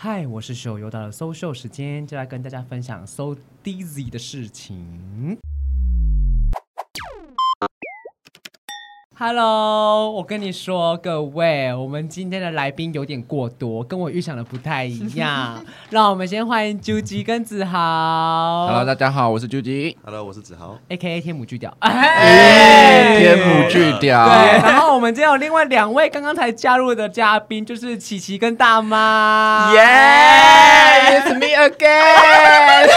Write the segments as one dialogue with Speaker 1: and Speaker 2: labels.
Speaker 1: 嗨，我是秀，又到了搜秀时间，就来跟大家分享搜 Dizzy 的事情。Hello，我跟你说，各位，我们今天的来宾有点过多，跟我预想的不太一样。让我们先欢迎啾吉跟子豪。
Speaker 2: Hello，大家好，我是 Judy。
Speaker 3: Hello，我是子 豪。
Speaker 1: a K A 天母巨屌。
Speaker 2: 哎，天母巨屌，
Speaker 1: 对，然后我们今天有另外两位刚刚才加入的嘉宾，就是琪琪跟大妈。
Speaker 2: ，Yeah，It's me again，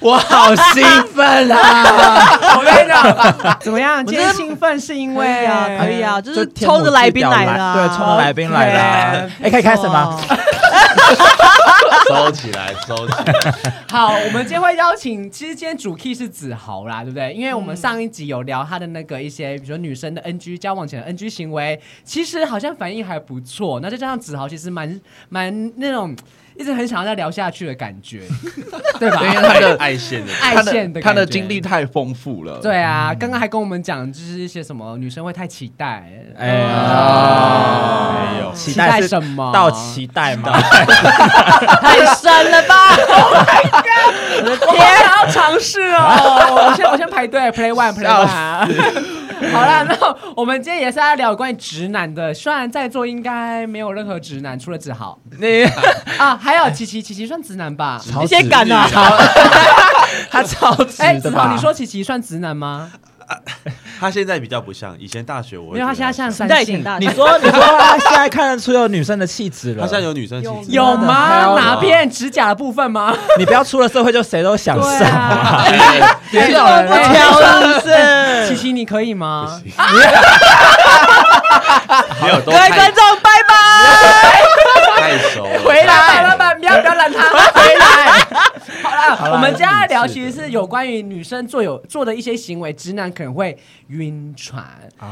Speaker 2: 我好兴奋啊！
Speaker 1: 我 跟你讲，怎么样？今天兴奋是因
Speaker 4: 可
Speaker 1: 为
Speaker 4: 以啊，可以啊，就是
Speaker 2: 天母
Speaker 4: 抽着来宾
Speaker 2: 巨屌
Speaker 4: 来的啊，
Speaker 2: 对，冲着来宾来的
Speaker 1: OK，。
Speaker 2: 哎，可以开始吗？
Speaker 3: 收起来，收起来。
Speaker 1: 好，我们今天会邀请，其实今天主 key 是子豪啦，对不对？因为我
Speaker 2: 嗯
Speaker 1: 们上一集有聊他的那个一些，比如说女生的 NG 交往前的 NG 行为，其实好像反应还不错。那再加上子豪其实蛮蛮那种一直很想要再聊下去的感 觉，对吧？
Speaker 2: 因为他的
Speaker 3: 爱线的，
Speaker 1: 爱
Speaker 2: 他
Speaker 1: 线
Speaker 2: 的
Speaker 1: 感
Speaker 2: 他
Speaker 1: 觉
Speaker 2: 的经历。嗯太丰富了。
Speaker 1: 对啊，刚刚还跟我们讲，就是一些什么女生会太期待，呃
Speaker 2: 哎呀，
Speaker 3: 没有
Speaker 1: 哦期
Speaker 2: 期
Speaker 1: 待
Speaker 2: 待是
Speaker 1: 什么？
Speaker 2: 到期待吗？
Speaker 4: 太深了吧！Oh my god！我的
Speaker 1: 我
Speaker 4: 天，
Speaker 1: 想要尝试哦，我先我先排队，Play One Play
Speaker 2: 笑
Speaker 1: One。好了，那我们今天也是要聊关于直男的，虽然在座应该没有任何直男，除了志豪
Speaker 2: 你
Speaker 1: 啊，还有琪琪，琪琪算直男吧？
Speaker 4: 你先敢啊！
Speaker 2: 他超值
Speaker 1: 哎，
Speaker 2: 的
Speaker 1: 子豪，
Speaker 2: 吧
Speaker 1: 你？说琪琪算直男吗？
Speaker 3: 他现在比较不像以前大学我会
Speaker 1: 没有，他
Speaker 3: 觉
Speaker 1: 现在
Speaker 3: 得
Speaker 1: 像
Speaker 4: 你
Speaker 1: 三
Speaker 4: 在挺
Speaker 1: 性，
Speaker 4: 大，
Speaker 5: 你说， 你说他现在看得出有女生的气质
Speaker 3: 他
Speaker 5: 了
Speaker 3: 现。在有女生气质，
Speaker 1: 有吗？
Speaker 5: Hell no
Speaker 1: 哪边指甲的部分吗？
Speaker 5: 你不要出了社会就谁都想
Speaker 1: 对
Speaker 5: 上，
Speaker 1: 啊，
Speaker 2: 别 这种人
Speaker 4: 不挑是不是？
Speaker 1: 琪琪你可以吗？
Speaker 3: 没有都
Speaker 4: 各位
Speaker 3: 太
Speaker 4: 观众，拜拜！
Speaker 3: 太熟了。
Speaker 1: 回来，老板，不要不要拦他，回来。好了，我们接下来聊其实是有关于女生做有做的一些行为，直男可能会晕船。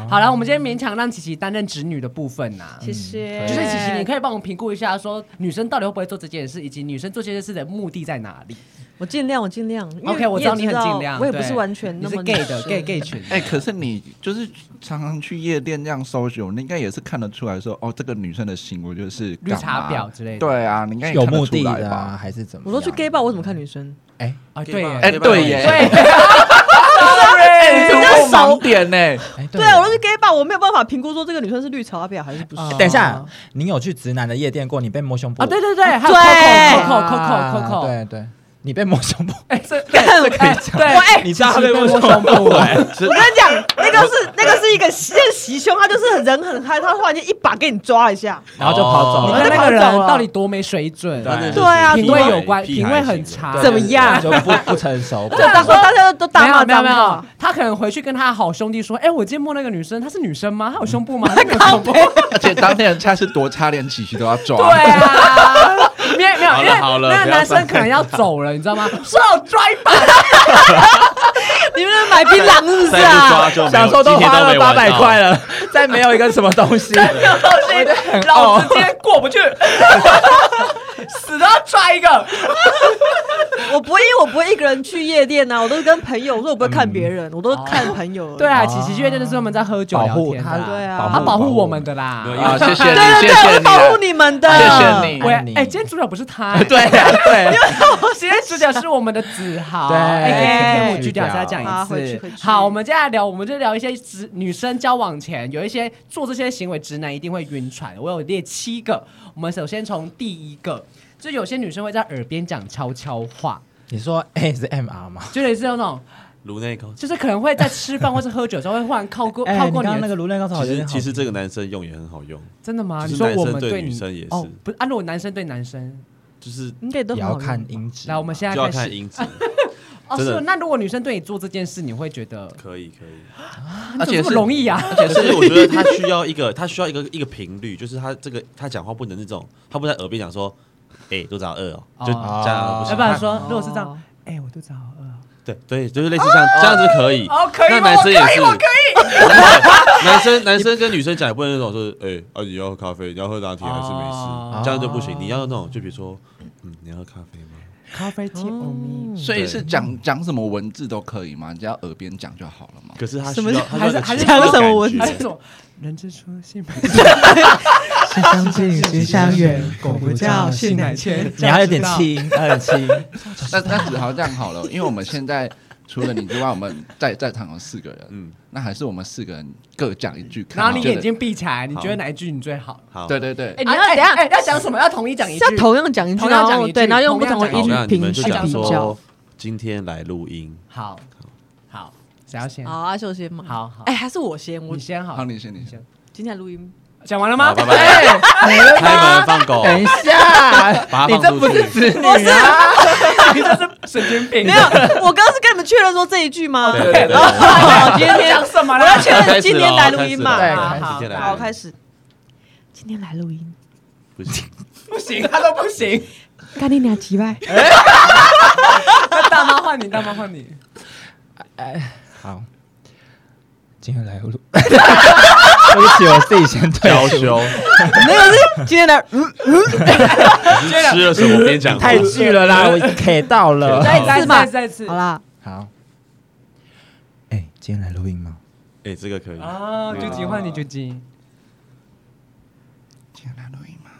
Speaker 1: 好了，我们今天勉强让琪琪担任直女的部分呐、
Speaker 4: 谢谢。
Speaker 1: 就是琪琪，你可以帮我们评估一下，说女生到底会不会做这件事，以及女生做这件事的目的在哪里
Speaker 4: 我尽量，我尽量。因为
Speaker 1: ？OK，我
Speaker 4: 也
Speaker 1: 知道你很尽量，
Speaker 4: 我也
Speaker 1: 对
Speaker 4: 不是完全
Speaker 1: 你
Speaker 4: 那
Speaker 1: 是
Speaker 4: 么
Speaker 1: gay 的
Speaker 4: 女生
Speaker 1: gay gay 群。
Speaker 2: 哎、可是你就是常常去夜店这样搜寻，你应该也是看得出来说，哦，这个女生的行为就是
Speaker 1: 绿茶婊之类的
Speaker 2: 对啊，你应该也
Speaker 5: 有
Speaker 2: 看得
Speaker 5: 目
Speaker 2: 出
Speaker 5: 的
Speaker 2: 来
Speaker 5: 的
Speaker 2: 吧
Speaker 5: 啊？还是怎么样？
Speaker 4: 我说去 gay 吧，我怎么看女生？
Speaker 5: 哎
Speaker 1: 啊，对耶，
Speaker 2: 哎、对耶，
Speaker 1: 对，
Speaker 2: 哎，你怎
Speaker 4: 人
Speaker 2: 么
Speaker 4: 家
Speaker 2: 有
Speaker 4: 手
Speaker 2: 盲点呢、
Speaker 5: 哎，
Speaker 4: 对啊，我说去 gay 吧，我没有办法评估说这个女生是绿茶婊还是不是。
Speaker 1: 啊
Speaker 5: 等一下，你有去直男的夜店过？你被摸胸部
Speaker 1: 啊，对对对，还有
Speaker 4: 对
Speaker 1: Coco Coco Coco Coco，
Speaker 5: 啊对对，哦你被摸胸部，
Speaker 1: 哎，这对这可以讲，对，
Speaker 4: 我哎
Speaker 5: 你知道他被摸胸部
Speaker 4: 我 跟你讲，那个是那个是一个那个袭胸，他就是很人很嗨，他突然间一把给你抓一下，
Speaker 5: 然后就跑走
Speaker 1: 你
Speaker 5: 了。
Speaker 1: 看
Speaker 4: 就
Speaker 1: 那
Speaker 4: 跑
Speaker 1: 个人
Speaker 4: 走了
Speaker 1: 到底多没水准，
Speaker 3: 但是
Speaker 4: 对啊
Speaker 1: 品
Speaker 4: 多
Speaker 1: 味
Speaker 4: 没
Speaker 1: 有关，品味很差，
Speaker 5: 对
Speaker 4: 怎么样
Speaker 5: 就不不成熟。
Speaker 4: 对，啊然后大家都大
Speaker 1: 啊没有
Speaker 4: 骂
Speaker 1: 没有
Speaker 4: 脏
Speaker 1: 没有
Speaker 4: 话。，
Speaker 1: 他可能回去跟他好兄弟说：“哎，我今天摸那个女生，她是女生吗？她有胸部吗？她没有胸部。
Speaker 2: 而且当天人家是多差，连起息都要”抓。
Speaker 1: 对啊，没有没有，
Speaker 3: 好了
Speaker 1: 因为
Speaker 3: 好了
Speaker 1: 那
Speaker 3: 不
Speaker 1: 个
Speaker 3: 要
Speaker 1: 男生
Speaker 3: 伤
Speaker 1: 可能要走了，你知道吗？是要拽吧？
Speaker 4: 你们买槟榔 是不是
Speaker 3: 再不抓？
Speaker 4: 啊
Speaker 3: 就没有
Speaker 5: 享受都
Speaker 3: 今天
Speaker 5: 花了
Speaker 3: 没
Speaker 5: 八
Speaker 3: 玩
Speaker 5: 百
Speaker 3: 到
Speaker 5: 块了，再没有一个什么东 西。
Speaker 1: 东西，老子今天过不去，死都要拽一个。
Speaker 4: 我不会，因为我不会一个人去夜店呐、啊，我都是跟朋友，所以我不会看别人，我都是看朋友而已。
Speaker 1: 对啊，琪琪去夜店就是我们在喝酒
Speaker 5: 保
Speaker 1: 聊
Speaker 5: 护
Speaker 1: 天的
Speaker 5: 他
Speaker 1: 啦，
Speaker 4: 对啊
Speaker 1: 他保
Speaker 5: 保
Speaker 1: 护
Speaker 5: 护
Speaker 1: 我
Speaker 5: 我
Speaker 1: 们的啦。
Speaker 3: 没有
Speaker 2: 啊，谢谢
Speaker 4: 对对对，我
Speaker 2: 你，谢谢
Speaker 4: 是
Speaker 2: 你
Speaker 4: 保护
Speaker 2: 啊，
Speaker 4: 你们的。
Speaker 2: 谢谢你
Speaker 1: 喂
Speaker 5: 爱，你
Speaker 1: 哎，今天主角不是他，哎
Speaker 2: 对啊对，
Speaker 1: 今天主角是我们的子豪，
Speaker 5: 对
Speaker 1: 哎，天我去
Speaker 5: 去
Speaker 1: 掉
Speaker 5: 掉
Speaker 1: 再讲
Speaker 4: 好
Speaker 1: 一
Speaker 4: 回去
Speaker 1: 次
Speaker 4: 回。去
Speaker 1: 好，我们接下来聊，我们就聊一些直女生交往前有一些做这些行为，直男一定会晕船。我有列七个，我们首先从第一个，就有些女生会在耳边讲悄悄话，
Speaker 5: 你说 A 是 M R 吗？
Speaker 1: 就类似那种，
Speaker 3: 颅内高。
Speaker 1: 就是可能会在吃饭或是喝酒的时候会忽然靠过
Speaker 5: 哎
Speaker 1: 靠过
Speaker 5: 你刚
Speaker 1: 你
Speaker 5: 刚
Speaker 1: 的。
Speaker 5: 那个颅内高潮好
Speaker 3: 其
Speaker 5: 像有
Speaker 3: 实
Speaker 5: 点好
Speaker 3: 其实这个男生用也很好用，
Speaker 1: 真的吗？
Speaker 3: 就
Speaker 1: 你
Speaker 3: 是
Speaker 1: 说我
Speaker 3: 男
Speaker 1: 们
Speaker 3: 生对
Speaker 1: 对
Speaker 3: 女
Speaker 1: 你
Speaker 3: 生也是
Speaker 1: 哦，不是，按、啊、如果男生对男生，
Speaker 3: 就是
Speaker 4: 应该都
Speaker 5: 也
Speaker 4: 很
Speaker 5: 要
Speaker 4: 好用
Speaker 5: 看音质。
Speaker 1: 来，我们现
Speaker 3: 就
Speaker 1: 在
Speaker 3: 要
Speaker 1: 开
Speaker 3: 看
Speaker 1: 始。
Speaker 3: 音 质。
Speaker 1: 哦，
Speaker 3: 真
Speaker 1: 是
Speaker 3: 的
Speaker 1: 哦，那如果女生对你做这件事，你会觉得
Speaker 3: 可以可以，
Speaker 1: 你
Speaker 2: 而
Speaker 1: 怎么
Speaker 2: 且
Speaker 1: 这么
Speaker 2: 是
Speaker 1: 容易啊？
Speaker 3: 而 且是我觉得他需要一个，他需要一个一个频率，就是他这个他讲话不能那种，他不在耳边讲说，哎，多少饿哦，就
Speaker 1: 哦
Speaker 3: 这样不
Speaker 1: 要
Speaker 3: 行
Speaker 1: 不。然说，如果是这
Speaker 4: 哦
Speaker 1: 样，哎、我肚子好饿哦。
Speaker 3: 对对，就是类似像这样子可以。
Speaker 1: 哦可以
Speaker 3: 那
Speaker 1: 吗
Speaker 3: 男生也
Speaker 1: 我可以
Speaker 3: 是，
Speaker 1: 我可
Speaker 3: 以。 男生男生跟女生讲也不能那种说，哎啊你要喝咖啡，你要喝拿铁还是美
Speaker 1: 哦
Speaker 3: 式，这样就不行。你要那种就比如说，嗯你要喝咖啡吗？
Speaker 1: 咖啡厅欧米，
Speaker 2: 所以是讲讲什么文字都可以嘛，只要耳边讲就好了嘛。
Speaker 3: 可是他需
Speaker 4: 什么
Speaker 3: 要，
Speaker 4: 是
Speaker 3: 他需要一个
Speaker 1: 还是
Speaker 3: 情感
Speaker 4: 还是什么
Speaker 3: 感
Speaker 4: 文
Speaker 3: 觉
Speaker 1: 还是什么？人之初性本善，
Speaker 5: 心相近，心相远，
Speaker 1: 狗不叫，性乃迁。
Speaker 5: 你还有
Speaker 1: 啊
Speaker 5: 点轻，还有点轻。
Speaker 2: 那那只好这样好了，因为我们现在除了你之外，我们在在场有四个人，
Speaker 3: 嗯，
Speaker 2: 那还是我们四个人各讲一句。
Speaker 1: 然后你
Speaker 2: 看
Speaker 1: 眼
Speaker 2: 觉得
Speaker 1: 睛闭起来，你觉得哪一句你最好？
Speaker 3: 好，
Speaker 2: 对对对
Speaker 1: 哎，，
Speaker 4: 你要等一下
Speaker 1: 哎，要讲什么？要统一讲一句
Speaker 4: 要。同样讲一句，
Speaker 1: 同样
Speaker 4: 然
Speaker 1: 讲一
Speaker 4: 后
Speaker 1: 句
Speaker 4: 对，然后用
Speaker 1: 同
Speaker 4: 不
Speaker 1: 样
Speaker 4: 同的
Speaker 1: 讲一
Speaker 3: 好，
Speaker 4: 依
Speaker 1: 句
Speaker 4: 据
Speaker 3: 那你
Speaker 4: 评
Speaker 3: 们就讲
Speaker 4: 比较
Speaker 3: 说。今天来录音，
Speaker 1: 好，好，谁要先？
Speaker 4: 好，
Speaker 1: 好
Speaker 4: 阿秀先嘛。
Speaker 1: 好，
Speaker 4: 哎，还是我先。我
Speaker 1: 你先好
Speaker 2: 好，。你先你先。
Speaker 4: 今天的录音，
Speaker 1: 讲完了吗？哎
Speaker 3: 好拜拜开门放 狗，
Speaker 5: 等一下，
Speaker 3: 把它
Speaker 5: 你
Speaker 3: 放
Speaker 5: 这
Speaker 3: 出
Speaker 5: 不
Speaker 3: 去
Speaker 5: 是子女
Speaker 4: 不是
Speaker 1: 你这是神经病。
Speaker 4: 没有，我刚刚是跟你们确认说这一句吗？
Speaker 3: 对对对
Speaker 4: 好，今天
Speaker 1: 讲什么
Speaker 4: 我
Speaker 1: 了？
Speaker 4: 要确
Speaker 3: 开始
Speaker 4: 认
Speaker 3: 了
Speaker 4: 今天来录音嘛。
Speaker 3: 开始
Speaker 1: 了
Speaker 4: 好
Speaker 1: 对
Speaker 4: 好
Speaker 1: 今天来
Speaker 3: 录音
Speaker 4: 好，开始。今天来录音，
Speaker 3: 不行，
Speaker 1: 不行，他都不行。
Speaker 4: 干你俩几拜。
Speaker 1: 那大妈换你，大妈换你。
Speaker 5: 好，今天来录，对不起，我自己先退
Speaker 3: 娇
Speaker 5: 出。
Speaker 3: 羞，
Speaker 4: 没有是今天来，嗯
Speaker 3: 你是吃了什么边讲话？
Speaker 5: 太剧了啦，我已经 K 到了。
Speaker 1: 再
Speaker 4: 再
Speaker 1: 再
Speaker 4: 次
Speaker 1: 再
Speaker 4: 嘛
Speaker 1: 再次
Speaker 4: 好。啦，
Speaker 5: 好，哎，今天来录音吗？
Speaker 3: 哎，这个可以，
Speaker 1: 啊，九级换你九级。
Speaker 2: 今天来录音吗？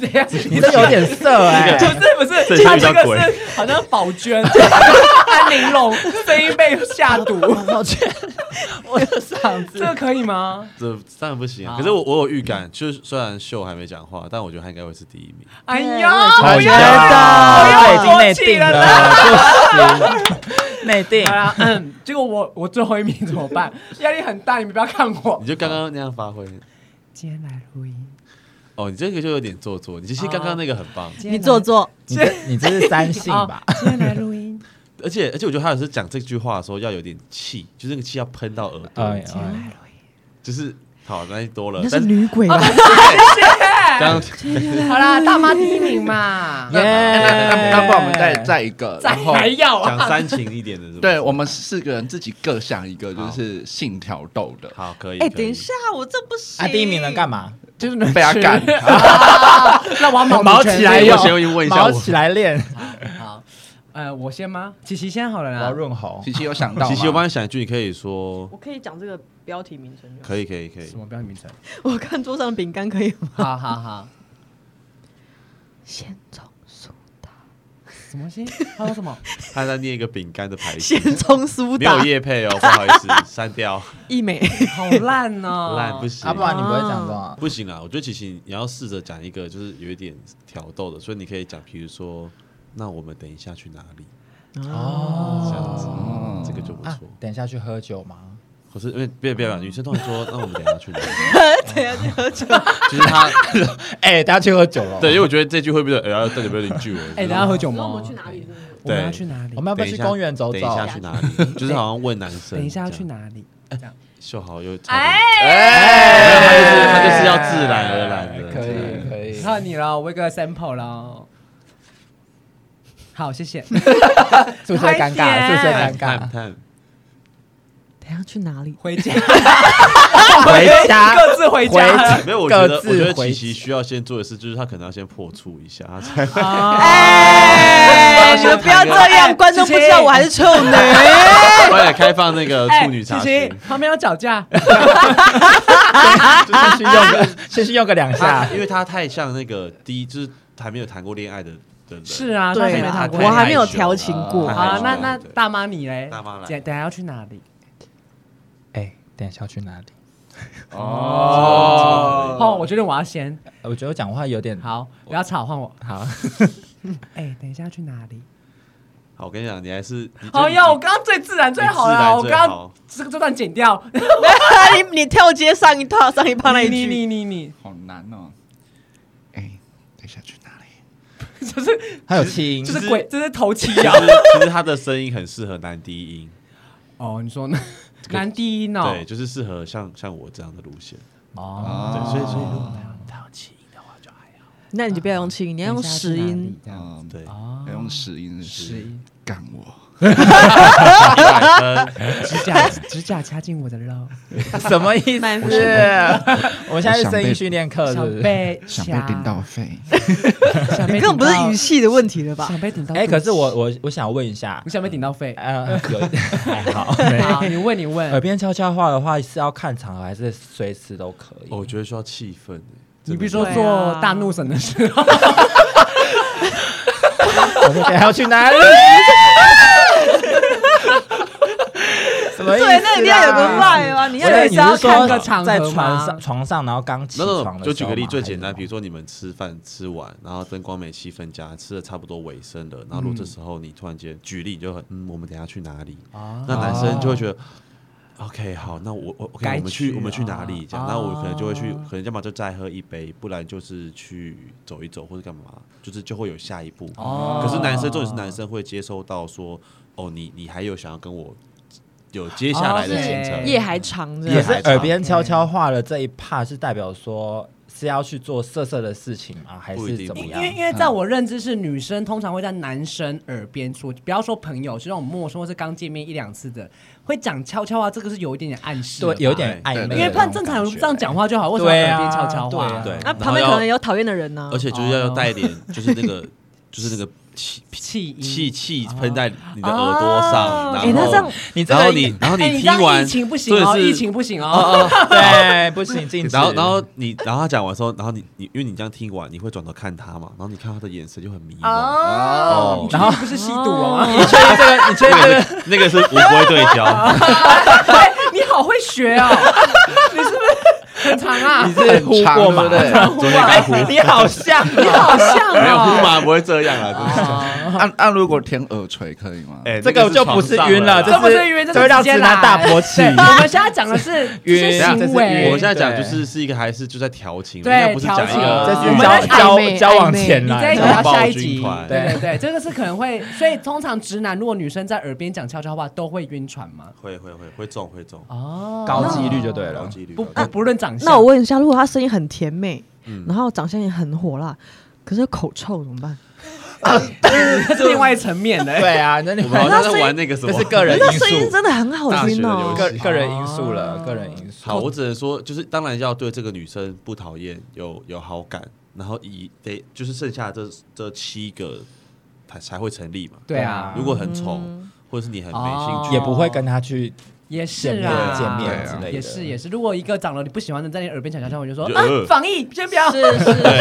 Speaker 1: 等一下，你
Speaker 5: 你这有点色哎
Speaker 1: 不。是不
Speaker 3: 这
Speaker 1: 是，
Speaker 3: 是
Speaker 1: 他
Speaker 3: 遇
Speaker 1: 这
Speaker 3: 到
Speaker 1: 个
Speaker 3: 鬼
Speaker 1: 是好像宝娟、安玲珑声音被下毒，
Speaker 5: 抱歉， 我的嗓
Speaker 1: 这个可以吗？
Speaker 3: 这当然不行啊。
Speaker 1: 好
Speaker 3: 可是我我有预感，就是虽然秀还没讲话，但我觉得他应该会是第一名。
Speaker 1: 哎
Speaker 4: 对
Speaker 1: 呀，
Speaker 4: 我
Speaker 1: 不
Speaker 5: 我
Speaker 1: 要
Speaker 5: 觉
Speaker 1: 啦
Speaker 5: 得已经内
Speaker 1: 不要
Speaker 5: 定
Speaker 1: 啦
Speaker 5: 了，不行，内定
Speaker 1: 好。啦，嗯，结果我我最后一名怎么办？压力很大，你们不要看我
Speaker 4: 哦
Speaker 3: 你。就刚刚那样发挥，
Speaker 1: 今天来录音，
Speaker 3: 哦，你这个就有点做作。你
Speaker 4: 哦
Speaker 3: 其实刚刚那个很棒，
Speaker 1: 今
Speaker 4: 你
Speaker 1: 天
Speaker 4: 坐
Speaker 1: 来
Speaker 4: 坐。
Speaker 5: 你这你这是三性吧？
Speaker 1: 今天来录 音，
Speaker 3: 而且而且我觉得他有时讲这句话的时候要有点气，就是那个气要喷到耳朵，
Speaker 5: 哎哎，
Speaker 3: 就是好，那就多了
Speaker 4: 啊那。是
Speaker 3: 但是
Speaker 4: 女鬼吧？
Speaker 3: 刚刚
Speaker 1: 好啦，大妈第一名嘛，
Speaker 5: 耶！
Speaker 2: 那 那那不然我们再再一个，
Speaker 1: 再
Speaker 2: 然后
Speaker 1: 还要
Speaker 3: 讲
Speaker 1: 啊？
Speaker 3: 煽情一点的是不是，
Speaker 2: 对我们四个人自己各想一个，就
Speaker 3: 好
Speaker 2: 是性挑逗的，
Speaker 3: 好可以。
Speaker 4: 哎，
Speaker 3: 可以
Speaker 4: 等一下，，我这不行。
Speaker 5: 啊，第一名能干？嘛？
Speaker 1: 就是能
Speaker 2: 被他
Speaker 1: 去
Speaker 2: 干
Speaker 1: 啊那我要毛
Speaker 5: 毛
Speaker 1: 全
Speaker 5: 起来
Speaker 1: 力
Speaker 5: 哟，
Speaker 3: 我先问一下
Speaker 5: 毛
Speaker 3: 我
Speaker 5: 起来练，
Speaker 1: 好，呃，我先吗？琪琪先好了
Speaker 5: 我
Speaker 1: 啦
Speaker 5: 要。润喉
Speaker 2: 琪。琪有想到吗？
Speaker 3: 琪琪，我帮你想一句，你可以说，
Speaker 4: 我可以讲这个标题名称就好。
Speaker 3: 可以可以可以
Speaker 1: 什。么标题名称？
Speaker 4: 我看桌上的饼干可以吗？
Speaker 1: 好好好，
Speaker 4: 先 从苏打，
Speaker 1: 什么星？他说什么？
Speaker 3: 他在念一个饼干的牌子，
Speaker 4: 先从苏
Speaker 3: 没有
Speaker 4: 打，
Speaker 3: 叶配 哦，不好意思，删掉，
Speaker 4: 一美。
Speaker 1: 好烂哦，
Speaker 3: 烂不。行
Speaker 5: 啊，。不然你不会讲这种啊。
Speaker 3: 不行啦，我觉得琪琪你要试着讲一个就是有一点挑逗的，所以你可以讲，比如说，那我们等一下去哪里这样子，
Speaker 2: 哦
Speaker 3: 这个就不
Speaker 5: 哦啊
Speaker 3: 错。，
Speaker 5: 等一下去喝酒吗？
Speaker 3: 可是因为别别别，女生都会说，那我们等一下 去哪里？
Speaker 4: 等一下就喝酒。
Speaker 3: 就是她
Speaker 5: 哎，等一下去喝酒了。
Speaker 3: 对，因为我觉得这句会不会，哎呀，到底有没有邻居我？
Speaker 1: 哎，等一下喝酒
Speaker 4: 那
Speaker 1: 吗？
Speaker 4: 我们去哪里？？
Speaker 1: 我们要
Speaker 3: 对
Speaker 1: 去哪里
Speaker 5: 我？们要不要
Speaker 3: 等一
Speaker 5: 去
Speaker 3: 下
Speaker 5: 公园走
Speaker 3: 等
Speaker 5: 走啊哎
Speaker 3: 一？下去哪里？就是好像问男生，
Speaker 1: 等一下要去？哪里？
Speaker 3: 秀豪又哎，
Speaker 1: 哎
Speaker 3: 他就是要自然而然的
Speaker 5: 哎可
Speaker 3: 自然而
Speaker 5: 以
Speaker 3: 然
Speaker 5: 可以。
Speaker 1: 看你了，我有个 sample 了。好，谢谢。
Speaker 5: 是不是会尴
Speaker 1: 快点
Speaker 5: 尬？是不是会尴
Speaker 3: 探探
Speaker 5: 尬？
Speaker 3: 探，
Speaker 4: 等一下去哪里？
Speaker 1: 回家，
Speaker 5: 回家
Speaker 1: 各自回家
Speaker 5: 回
Speaker 1: 了。
Speaker 3: 没有，我觉得
Speaker 5: 各
Speaker 3: 我
Speaker 5: 自
Speaker 3: 觉得
Speaker 5: 回
Speaker 3: 琪琪需要先做的事就是他可能要先破处一下，他才
Speaker 1: 哦
Speaker 4: 哎，
Speaker 1: 哎
Speaker 4: 你们不要这样，观众不知道我还是处女。
Speaker 3: 哎快点开放那个
Speaker 1: 哎
Speaker 3: 处女查
Speaker 1: 琪
Speaker 3: 询
Speaker 1: 琪，旁边要吵架，
Speaker 5: 先去用个，先去用个两
Speaker 3: 他
Speaker 5: 下。
Speaker 3: 因为他太像那个第一就是还没有谈过恋爱的的人，
Speaker 1: 是啊，他
Speaker 4: 对
Speaker 1: 也
Speaker 4: 啊
Speaker 1: 没谈过
Speaker 4: 我
Speaker 1: 恋爱。
Speaker 4: 还没有调情过。
Speaker 3: 啊
Speaker 1: 好啊，
Speaker 3: 太
Speaker 1: 那
Speaker 3: 久
Speaker 1: 那
Speaker 3: 了对
Speaker 1: 大妈你嘞？
Speaker 3: 大妈来
Speaker 1: 姐等下要去哪里？
Speaker 5: 哎，等一下要去哪里？
Speaker 2: 哦
Speaker 1: 哦，我决定我要先。
Speaker 5: 我觉得我讲话有点
Speaker 1: 好，不要吵，换我。
Speaker 5: 好，
Speaker 1: 哎，等一下要去哪里？
Speaker 3: 好，我跟你讲，你还是你就
Speaker 1: 哎呀，我刚刚最自然最好了，我
Speaker 3: 你自然最
Speaker 1: 刚
Speaker 3: 好
Speaker 1: 刚这个这段剪掉。
Speaker 4: 你你跳接上一套上一趴那 一
Speaker 1: 你
Speaker 4: 句，
Speaker 1: 你你你，
Speaker 2: 好难哦。哎，等一下去哪里？
Speaker 1: 就是
Speaker 5: 还有亲，
Speaker 1: 就是鬼，这是头七
Speaker 3: 其
Speaker 1: 啊。
Speaker 3: 实其实他的声音很适合男低音，
Speaker 1: 哦，你说呢？男低音哦
Speaker 3: 对，，就是适合像像我这样的路线，
Speaker 5: 哦，
Speaker 3: 对，所以所以如果
Speaker 4: 那你就不要用气，你要用实音。
Speaker 1: 这样
Speaker 2: 嗯，
Speaker 3: 对，
Speaker 1: 哦
Speaker 2: 要，用实音，
Speaker 1: 十一，
Speaker 2: 干我。
Speaker 1: 指甲指甲掐进我的肉，
Speaker 5: 什么意思？
Speaker 4: 满分
Speaker 5: 啊 我们现在是声音训练课，是
Speaker 1: 想
Speaker 5: 不是？
Speaker 1: 被
Speaker 2: 想被
Speaker 1: 掐
Speaker 2: 顶到，肺，
Speaker 1: 想被
Speaker 4: 你
Speaker 1: 顶
Speaker 4: 根本不是
Speaker 1: 到
Speaker 4: 语气的问题了吧？
Speaker 1: 想被顶到。
Speaker 5: 哎，可是我我我想问一下
Speaker 1: 你，想被顶到肺？
Speaker 5: 呃，有还好， 没
Speaker 1: 好，你问你
Speaker 5: 耳
Speaker 1: 问，
Speaker 3: 哦
Speaker 5: 边悄悄话的话是要看场合，还是随时都可以？
Speaker 3: 我觉得需要气氛欸，
Speaker 1: 你比如
Speaker 3: 真
Speaker 1: 说
Speaker 3: 的
Speaker 4: 对啊
Speaker 1: 做大怒神的时候，
Speaker 5: 我们等下要去哪里？什么意思啦？
Speaker 4: 对，那一定要有个 vibe 啊！你要
Speaker 5: 所
Speaker 4: 有
Speaker 5: 以
Speaker 4: 一
Speaker 5: 你
Speaker 4: 些要
Speaker 5: 是
Speaker 4: 看个
Speaker 1: 个
Speaker 5: 说
Speaker 1: 场合
Speaker 5: 在
Speaker 1: 吗
Speaker 5: 床上床上，然后刚起
Speaker 3: no
Speaker 5: 床的
Speaker 3: no
Speaker 5: 时候
Speaker 3: no，
Speaker 5: 吗
Speaker 3: 就举个例最简单，比如
Speaker 5: 说
Speaker 3: 说你们吃饭吃完，然后灯光美气氛佳，吃的差不多尾声了，然后如果这时候你突然间举例，你就很嗯，我们等一下去哪里？
Speaker 5: 啊
Speaker 3: 那男生就会觉得。OK，好，那我我 OK，
Speaker 1: 该
Speaker 3: 我们去
Speaker 1: 去
Speaker 3: 我们去哪里？
Speaker 1: 啊
Speaker 3: 这样，那我可能就会去
Speaker 1: 啊，
Speaker 3: 可能要么就再喝一杯，不然就是去走一走或者干嘛，就是就会有下一步。
Speaker 1: 哦嗯
Speaker 3: 可是男生，重点是男生会接收到说，哦，你你还有想要跟我有接下来的行程
Speaker 1: 哦，
Speaker 4: 夜还长
Speaker 5: 也
Speaker 4: 着，
Speaker 5: 是嗯啊
Speaker 3: 还
Speaker 5: 耳边悄悄话了这一趴，是代表说是要去做色色的事情吗？还
Speaker 3: 不一
Speaker 5: 是
Speaker 3: 定
Speaker 5: 怎么
Speaker 1: 因
Speaker 5: 样
Speaker 1: 因？为因为在我认知是女生通常会在男生耳边说，不要说朋友，是那种陌生或是刚见面一两次的，会讲悄悄话，这个是有一点点暗示，
Speaker 5: 对，有。点暧昧的那种感觉。
Speaker 1: 因为判正常人这样讲话就好，为什么
Speaker 5: 对
Speaker 1: 要
Speaker 5: 啊
Speaker 1: 耳边悄悄话？
Speaker 5: 对啊
Speaker 3: 对，
Speaker 4: 那
Speaker 3: 然后
Speaker 4: 旁边
Speaker 3: 要
Speaker 4: 可能有讨厌的人啊呢
Speaker 1: 嗯
Speaker 3: 而。且就是要带一点， 就是那个，就是那个气
Speaker 1: 哦气音
Speaker 3: 气气喷在你的耳朵上，
Speaker 1: 哦
Speaker 3: 然
Speaker 4: 哎那这样
Speaker 3: 后
Speaker 5: 你真
Speaker 3: 然
Speaker 5: 的
Speaker 3: 后你然后
Speaker 1: 哎你这
Speaker 3: 听
Speaker 1: 样
Speaker 3: 完，
Speaker 1: 疫情不行哦，
Speaker 3: 真的是
Speaker 1: 疫情不行哦。
Speaker 5: 对，不行，禁止。
Speaker 3: 然后然后你然后他讲完之后，然后你你因为你这样听完，你会转头看他嘛，然后你看他的眼神就很迷茫，
Speaker 1: 哦，然后不是吸毒哦，
Speaker 5: 你确定这个？你确定
Speaker 3: 那
Speaker 5: 这
Speaker 3: 个
Speaker 5: 个？
Speaker 3: 是那个是无规对 焦，
Speaker 1: 哎你好会学 哦，你是不是很长啊？
Speaker 5: 你是呼过吗？
Speaker 2: 很长
Speaker 3: 中间刚呼，
Speaker 5: 哎你好像
Speaker 1: 你好像
Speaker 3: 没有呼
Speaker 1: 哦。
Speaker 3: 嘛，不会这样啊，真的。
Speaker 2: 按按，啊如果舔耳垂可以吗？
Speaker 3: 哎，
Speaker 5: 这个就不是晕了，
Speaker 1: 这
Speaker 5: 这
Speaker 1: 不是晕这是
Speaker 5: 这会让
Speaker 1: 直接
Speaker 5: 直男
Speaker 1: 来
Speaker 5: 大勃起。
Speaker 1: 对，我们现在讲的是这
Speaker 5: 晕
Speaker 1: 些
Speaker 5: 这是
Speaker 1: 行
Speaker 5: 晕
Speaker 1: 为
Speaker 3: 我现，在讲就
Speaker 5: 对
Speaker 3: 是是一个还是就在调情，
Speaker 1: 对
Speaker 3: 人家不是讲一
Speaker 1: 调
Speaker 5: 这
Speaker 1: 情
Speaker 3: 个
Speaker 1: 我
Speaker 5: 是
Speaker 1: 们在
Speaker 5: 交
Speaker 4: 暧
Speaker 5: 交
Speaker 4: 昧
Speaker 5: 交往
Speaker 1: 你
Speaker 5: 前
Speaker 4: 暧昧
Speaker 1: 再
Speaker 5: 来
Speaker 1: 讲
Speaker 5: 的。
Speaker 1: 到下一
Speaker 3: 暴君
Speaker 1: 集，
Speaker 3: 团
Speaker 1: 对对对，这个是可能会，所以通常直男如果女生在耳边讲悄悄话，都会晕船吗？
Speaker 3: 会会会会中会中，
Speaker 1: 哦，
Speaker 5: 高几率就对
Speaker 3: 高
Speaker 5: 了。
Speaker 3: 几率
Speaker 1: 不
Speaker 3: 高
Speaker 1: 不
Speaker 3: 几率
Speaker 1: 不论长相，
Speaker 4: 那我问一下，如果他声音很甜美，
Speaker 3: 嗯
Speaker 4: 然后长相也很火辣，可是口臭怎么办？
Speaker 1: 这是另外一层面的。
Speaker 5: 对啊，那你
Speaker 3: 我们好像
Speaker 4: 那所
Speaker 3: 在
Speaker 4: 以
Speaker 3: 玩那个什么，
Speaker 5: 这是 个人
Speaker 4: 那
Speaker 5: 因素
Speaker 4: 声音真的很好听
Speaker 3: 大学的游
Speaker 4: 哦
Speaker 3: 戏。
Speaker 5: 个个人因素了，个人因素。
Speaker 3: 好，我只能说，就是当然要对这个女生不讨厌，有有好感，然后以得就是剩下这这七个才才会成立嘛。
Speaker 1: 对哦啊，
Speaker 3: 如果很丑，或者是你很没兴趣，
Speaker 5: 也不会跟他去
Speaker 1: 也
Speaker 5: 见
Speaker 1: 是
Speaker 5: 面
Speaker 1: 啊，
Speaker 5: 见面
Speaker 2: 之
Speaker 5: 类的
Speaker 1: 也是也是。如果一个长得你不喜欢的在你耳边讲悄悄话，我就说
Speaker 3: 就
Speaker 1: 啊
Speaker 3: 呃，
Speaker 1: 防疫先不要。
Speaker 3: 对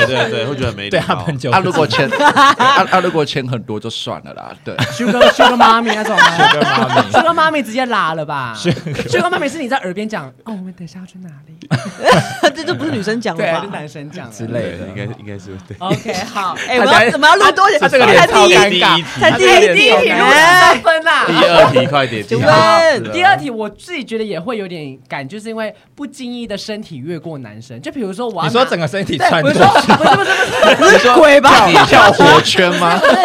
Speaker 3: 对对，会觉得很没礼
Speaker 5: 对他
Speaker 3: 貌。
Speaker 5: 们就
Speaker 2: 啊，如果钱，啊啊，如果钱很多就算了啦。对，
Speaker 1: Sugar Sugar 妈咪那种吗
Speaker 5: Sugar mommy
Speaker 1: Sugar 妈咪直接拉了吧？Sugar 妈咪是你在耳边讲，哦，我们等一下要去哪里？
Speaker 4: 这就不是女生讲的
Speaker 1: 对，
Speaker 4: 吧
Speaker 5: 啊
Speaker 1: 是？男生 讲的
Speaker 5: 之类
Speaker 3: 对
Speaker 5: 的，
Speaker 3: 应该应该是对。
Speaker 1: OK，好，
Speaker 4: 哎，我们要我们要录多久？
Speaker 5: 他这个
Speaker 4: 才
Speaker 5: 脸
Speaker 4: 第
Speaker 5: 超
Speaker 4: 一
Speaker 5: 尴
Speaker 3: 第 一
Speaker 5: 尬，
Speaker 3: 题
Speaker 4: 才第一题，
Speaker 1: 第一题录了三分啦。
Speaker 3: 第二题快点，第
Speaker 4: 请
Speaker 3: 二
Speaker 4: 问
Speaker 1: 第二题，我自己觉得也会有点感，就是因为不经意的身体越过男生，就比如说我要拿，
Speaker 5: 你说整个身体
Speaker 1: 对，
Speaker 5: 穿
Speaker 1: 不
Speaker 5: 过
Speaker 1: 是说不是不是不是
Speaker 2: 你说鬼吧？你跳火圈吗？
Speaker 1: 不是，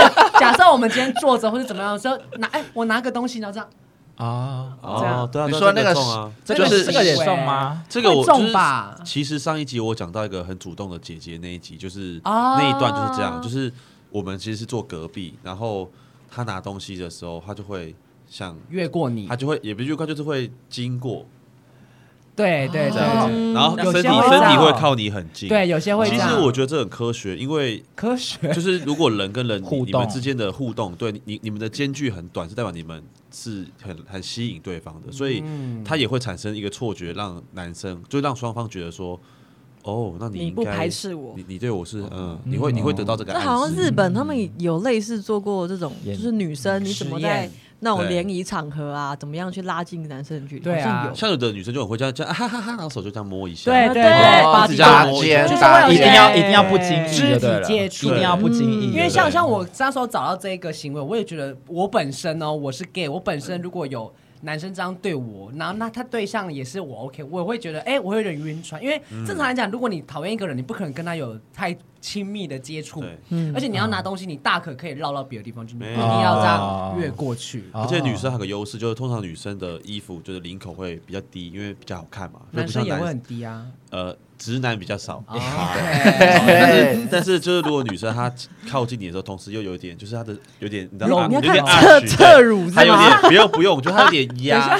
Speaker 1: 假设我们今天坐着或者怎么样的时候，拿哎我拿个东西，然后这样
Speaker 5: 啊，
Speaker 1: 这
Speaker 3: 哦
Speaker 1: 样，
Speaker 3: 对啊，
Speaker 2: 你
Speaker 3: 对啊这
Speaker 2: 说那个
Speaker 3: 中啊，
Speaker 5: 这个
Speaker 1: 就是
Speaker 5: 这个也送吗？
Speaker 3: 这个我
Speaker 1: 会
Speaker 3: 就
Speaker 1: 中
Speaker 3: 是
Speaker 1: 吧
Speaker 3: 其实上一集我讲到一个很主动的姐姐那一集，就是
Speaker 1: 啊
Speaker 3: 那一段就是这样，就是我们其实是坐隔壁，然后她拿东西的时候，她就会像
Speaker 1: 越过你
Speaker 3: 她，就会也不是越快，就是会经过
Speaker 1: 对对
Speaker 3: 这
Speaker 1: 对
Speaker 3: 样
Speaker 1: 对
Speaker 3: 子，然后
Speaker 1: 有
Speaker 3: 身
Speaker 1: 些
Speaker 3: 体
Speaker 1: 会
Speaker 3: 身
Speaker 1: 这
Speaker 3: 体
Speaker 1: 样
Speaker 3: 会靠你很近。
Speaker 1: 对，有些会这
Speaker 3: 其
Speaker 1: 样。
Speaker 3: 实我觉得这很科学，因为
Speaker 1: 科学
Speaker 3: 就是如果人跟人你
Speaker 5: 互动
Speaker 3: 你们之间的互动，对你你你们的间距很短，是代表你们是很很吸引对方的，所以它也会产生一个错觉，让男生就让双方觉得说，哦，那
Speaker 4: 你
Speaker 3: 应
Speaker 4: 不
Speaker 3: 该
Speaker 4: 排斥我
Speaker 3: 你你对我是嗯，你会你会得到这个
Speaker 4: 那
Speaker 3: 暗示，
Speaker 4: 好像日本他们有类似做过这种，就是女生你怎么
Speaker 1: 实验
Speaker 4: 在那种
Speaker 3: 对
Speaker 4: 联谊场合啊，怎么样去拉近男生的距离？
Speaker 1: 对啊
Speaker 4: 好像有
Speaker 3: 像有的女生就很会这样这样啊哈哈哈，然后手就这样摸一下，哦
Speaker 1: 对对
Speaker 4: 对
Speaker 1: 把
Speaker 3: 一直这样摸
Speaker 2: 搭
Speaker 3: 一下
Speaker 2: 肩
Speaker 1: 就是
Speaker 2: 搭
Speaker 1: 会有
Speaker 5: 一
Speaker 1: 些
Speaker 5: 定要一定要不经意
Speaker 1: 肢
Speaker 5: 就对
Speaker 1: 体
Speaker 5: 了，
Speaker 1: 接
Speaker 5: 一
Speaker 1: 触，嗯
Speaker 5: 定要不经意，
Speaker 3: 嗯
Speaker 1: 因为像
Speaker 5: 对
Speaker 1: 像我那时候找到这一个行为，我也觉得我本身呢、我是 gay，我本身如果有男生这样对我，然后那他对象也是我 OK，我也会觉得哎、我会有点晕船，因为
Speaker 3: 嗯
Speaker 1: 正常来讲，如果你讨厌一个人，你不可能跟他有太亲密的接触
Speaker 3: 对，
Speaker 4: 嗯
Speaker 3: 嗯
Speaker 1: 而且你要拿东西，你大可可以绕到别的地方去，你不一
Speaker 3: 没有
Speaker 1: 定要这样越过去。
Speaker 5: 哦
Speaker 3: 而且女生还有个优势，就是通常女生的衣服就是领口会比较低，因为比较好看嘛。就
Speaker 1: 男
Speaker 3: 不
Speaker 1: 生
Speaker 3: 像
Speaker 1: 也会
Speaker 3: 男
Speaker 1: 很低啊，
Speaker 3: 呃，直男比较少。
Speaker 1: 哦
Speaker 3: 但
Speaker 2: 嘿
Speaker 3: 是但是就是如果女生她靠近你的时候，同时又有一点就是她的有点你知道
Speaker 1: 肉
Speaker 3: 吗？
Speaker 1: 你
Speaker 3: 有
Speaker 1: 要
Speaker 3: 点
Speaker 1: 看
Speaker 3: 暗
Speaker 4: 侧
Speaker 3: 示
Speaker 4: 侧乳
Speaker 3: 她
Speaker 4: 是
Speaker 3: 有
Speaker 4: 吗？
Speaker 3: 点不用不用，就她有点压。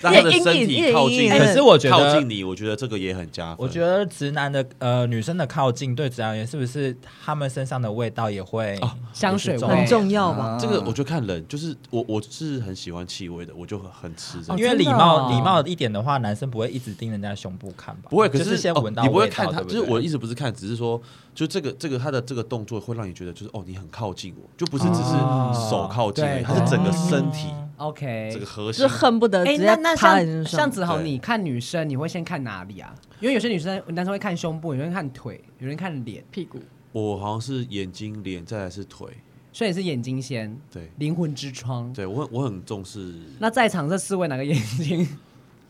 Speaker 3: 让他的身体靠近，
Speaker 4: 哎
Speaker 5: 可是我觉得
Speaker 3: 靠近你，我觉得这个也很加分。
Speaker 5: 我觉得直男的呃女生的靠近对直男而言，是不是他们身上的味道也会
Speaker 3: 哦
Speaker 1: 香水味
Speaker 4: 很重要吧？
Speaker 2: 啊
Speaker 3: 这个我就看人，就是我我是很喜欢气味的，我就很很吃这
Speaker 1: 哦
Speaker 3: 个。
Speaker 5: 因为礼
Speaker 1: 真的
Speaker 5: 貌、
Speaker 1: 哦
Speaker 5: 礼貌一点的话，男生不会一直盯人家胸部看吧？
Speaker 3: 不会，可
Speaker 5: 就是先
Speaker 3: 哦
Speaker 5: 闻到、
Speaker 3: 你不会看他，
Speaker 5: 对不
Speaker 3: 就
Speaker 5: 对
Speaker 3: 是我一直不是看，只是说，就这个这个他的这个动作会让你觉得，就是哦，你很靠近我，就不是只是
Speaker 5: 哦
Speaker 3: 手靠近而
Speaker 1: 对
Speaker 3: 已，它是整个身体
Speaker 1: ，OK，
Speaker 3: 这个核
Speaker 4: 就
Speaker 3: 心。
Speaker 4: 恨不得
Speaker 1: 哎、
Speaker 4: 呃直
Speaker 1: 那
Speaker 4: 接
Speaker 1: 那
Speaker 4: 趴在你
Speaker 1: 像
Speaker 4: 身
Speaker 1: 像
Speaker 4: 上。
Speaker 1: 子豪，
Speaker 3: 对
Speaker 1: 你看女生，你会先看哪里啊？因为有些女生，男生会看胸部，有人看腿，有人看脸，
Speaker 4: 屁股，
Speaker 3: 我好像是眼睛、脸，再来是腿。
Speaker 1: 所以是眼睛先，
Speaker 3: 对，
Speaker 1: 灵魂之窗。
Speaker 3: 对我很我很重视。
Speaker 1: 那在场这四位哪个眼睛？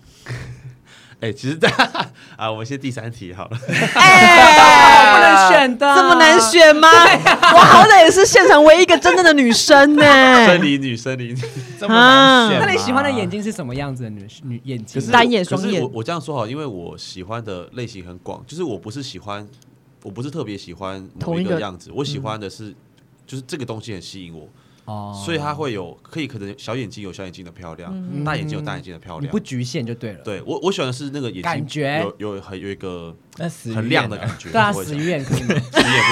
Speaker 3: 哎，其实大 家啊，我们先第三题好了。
Speaker 1: 不
Speaker 4: 哎，
Speaker 1: 能选的，
Speaker 4: 这么难。选 吗？
Speaker 1: 啊
Speaker 4: 我好歹也是现场唯一一个真正的女生呢。
Speaker 3: 生理女，生理女。
Speaker 5: 这么难选、
Speaker 1: 那你喜欢的眼？睛是什么样子的女女眼
Speaker 3: 可
Speaker 1: 睛
Speaker 3: 是？
Speaker 4: 单眼
Speaker 3: 可是
Speaker 4: 双眼
Speaker 3: 我我这样说好，因为我喜欢的类型很广，就是我不是喜欢，我不是特别喜欢某
Speaker 4: 同
Speaker 3: 一
Speaker 4: 一
Speaker 3: 个
Speaker 4: 个
Speaker 3: 样子，我
Speaker 1: 嗯
Speaker 3: 喜欢的是，就是这个东西很吸引我，
Speaker 1: 哦
Speaker 3: 所以它会有可以可能小眼睛有小眼睛的漂亮，
Speaker 1: 嗯
Speaker 3: 大眼睛有大眼睛的漂
Speaker 1: 你
Speaker 3: 亮
Speaker 1: 不。局限就对了。
Speaker 3: 对我我喜欢的是那个眼睛
Speaker 1: 感觉
Speaker 3: 有有很有一个
Speaker 5: 那死鱼
Speaker 3: 很亮
Speaker 5: 眼
Speaker 3: 的
Speaker 5: 啊
Speaker 3: 感觉，
Speaker 1: 对啊，
Speaker 3: 我会
Speaker 1: 死
Speaker 3: 想
Speaker 1: 鱼眼可以吗？
Speaker 3: 死鱼眼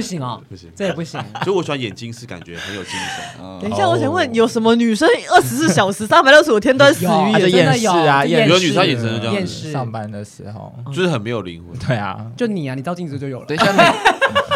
Speaker 1: 不
Speaker 3: 行不行，
Speaker 1: 行哦，
Speaker 3: 不行
Speaker 1: 这也不 行。
Speaker 3: 所以我喜欢眼睛是感觉很有精 神。
Speaker 1: 嗯
Speaker 4: 等一下，我想
Speaker 5: 哦
Speaker 4: 问，有什么女生二十四小时、三百六十五天都在死
Speaker 1: 有
Speaker 4: 鱼
Speaker 1: 真
Speaker 5: 啊，这
Speaker 1: 的
Speaker 4: 眼？
Speaker 5: 厌世啊，
Speaker 1: 有
Speaker 5: 厌世
Speaker 1: 有女
Speaker 3: 生眼神就这样子
Speaker 5: 厌世上班的时候，
Speaker 3: 就是很没有灵魂，
Speaker 5: 对啊，
Speaker 1: 就你啊，你照镜子就有了。
Speaker 2: 等一下，你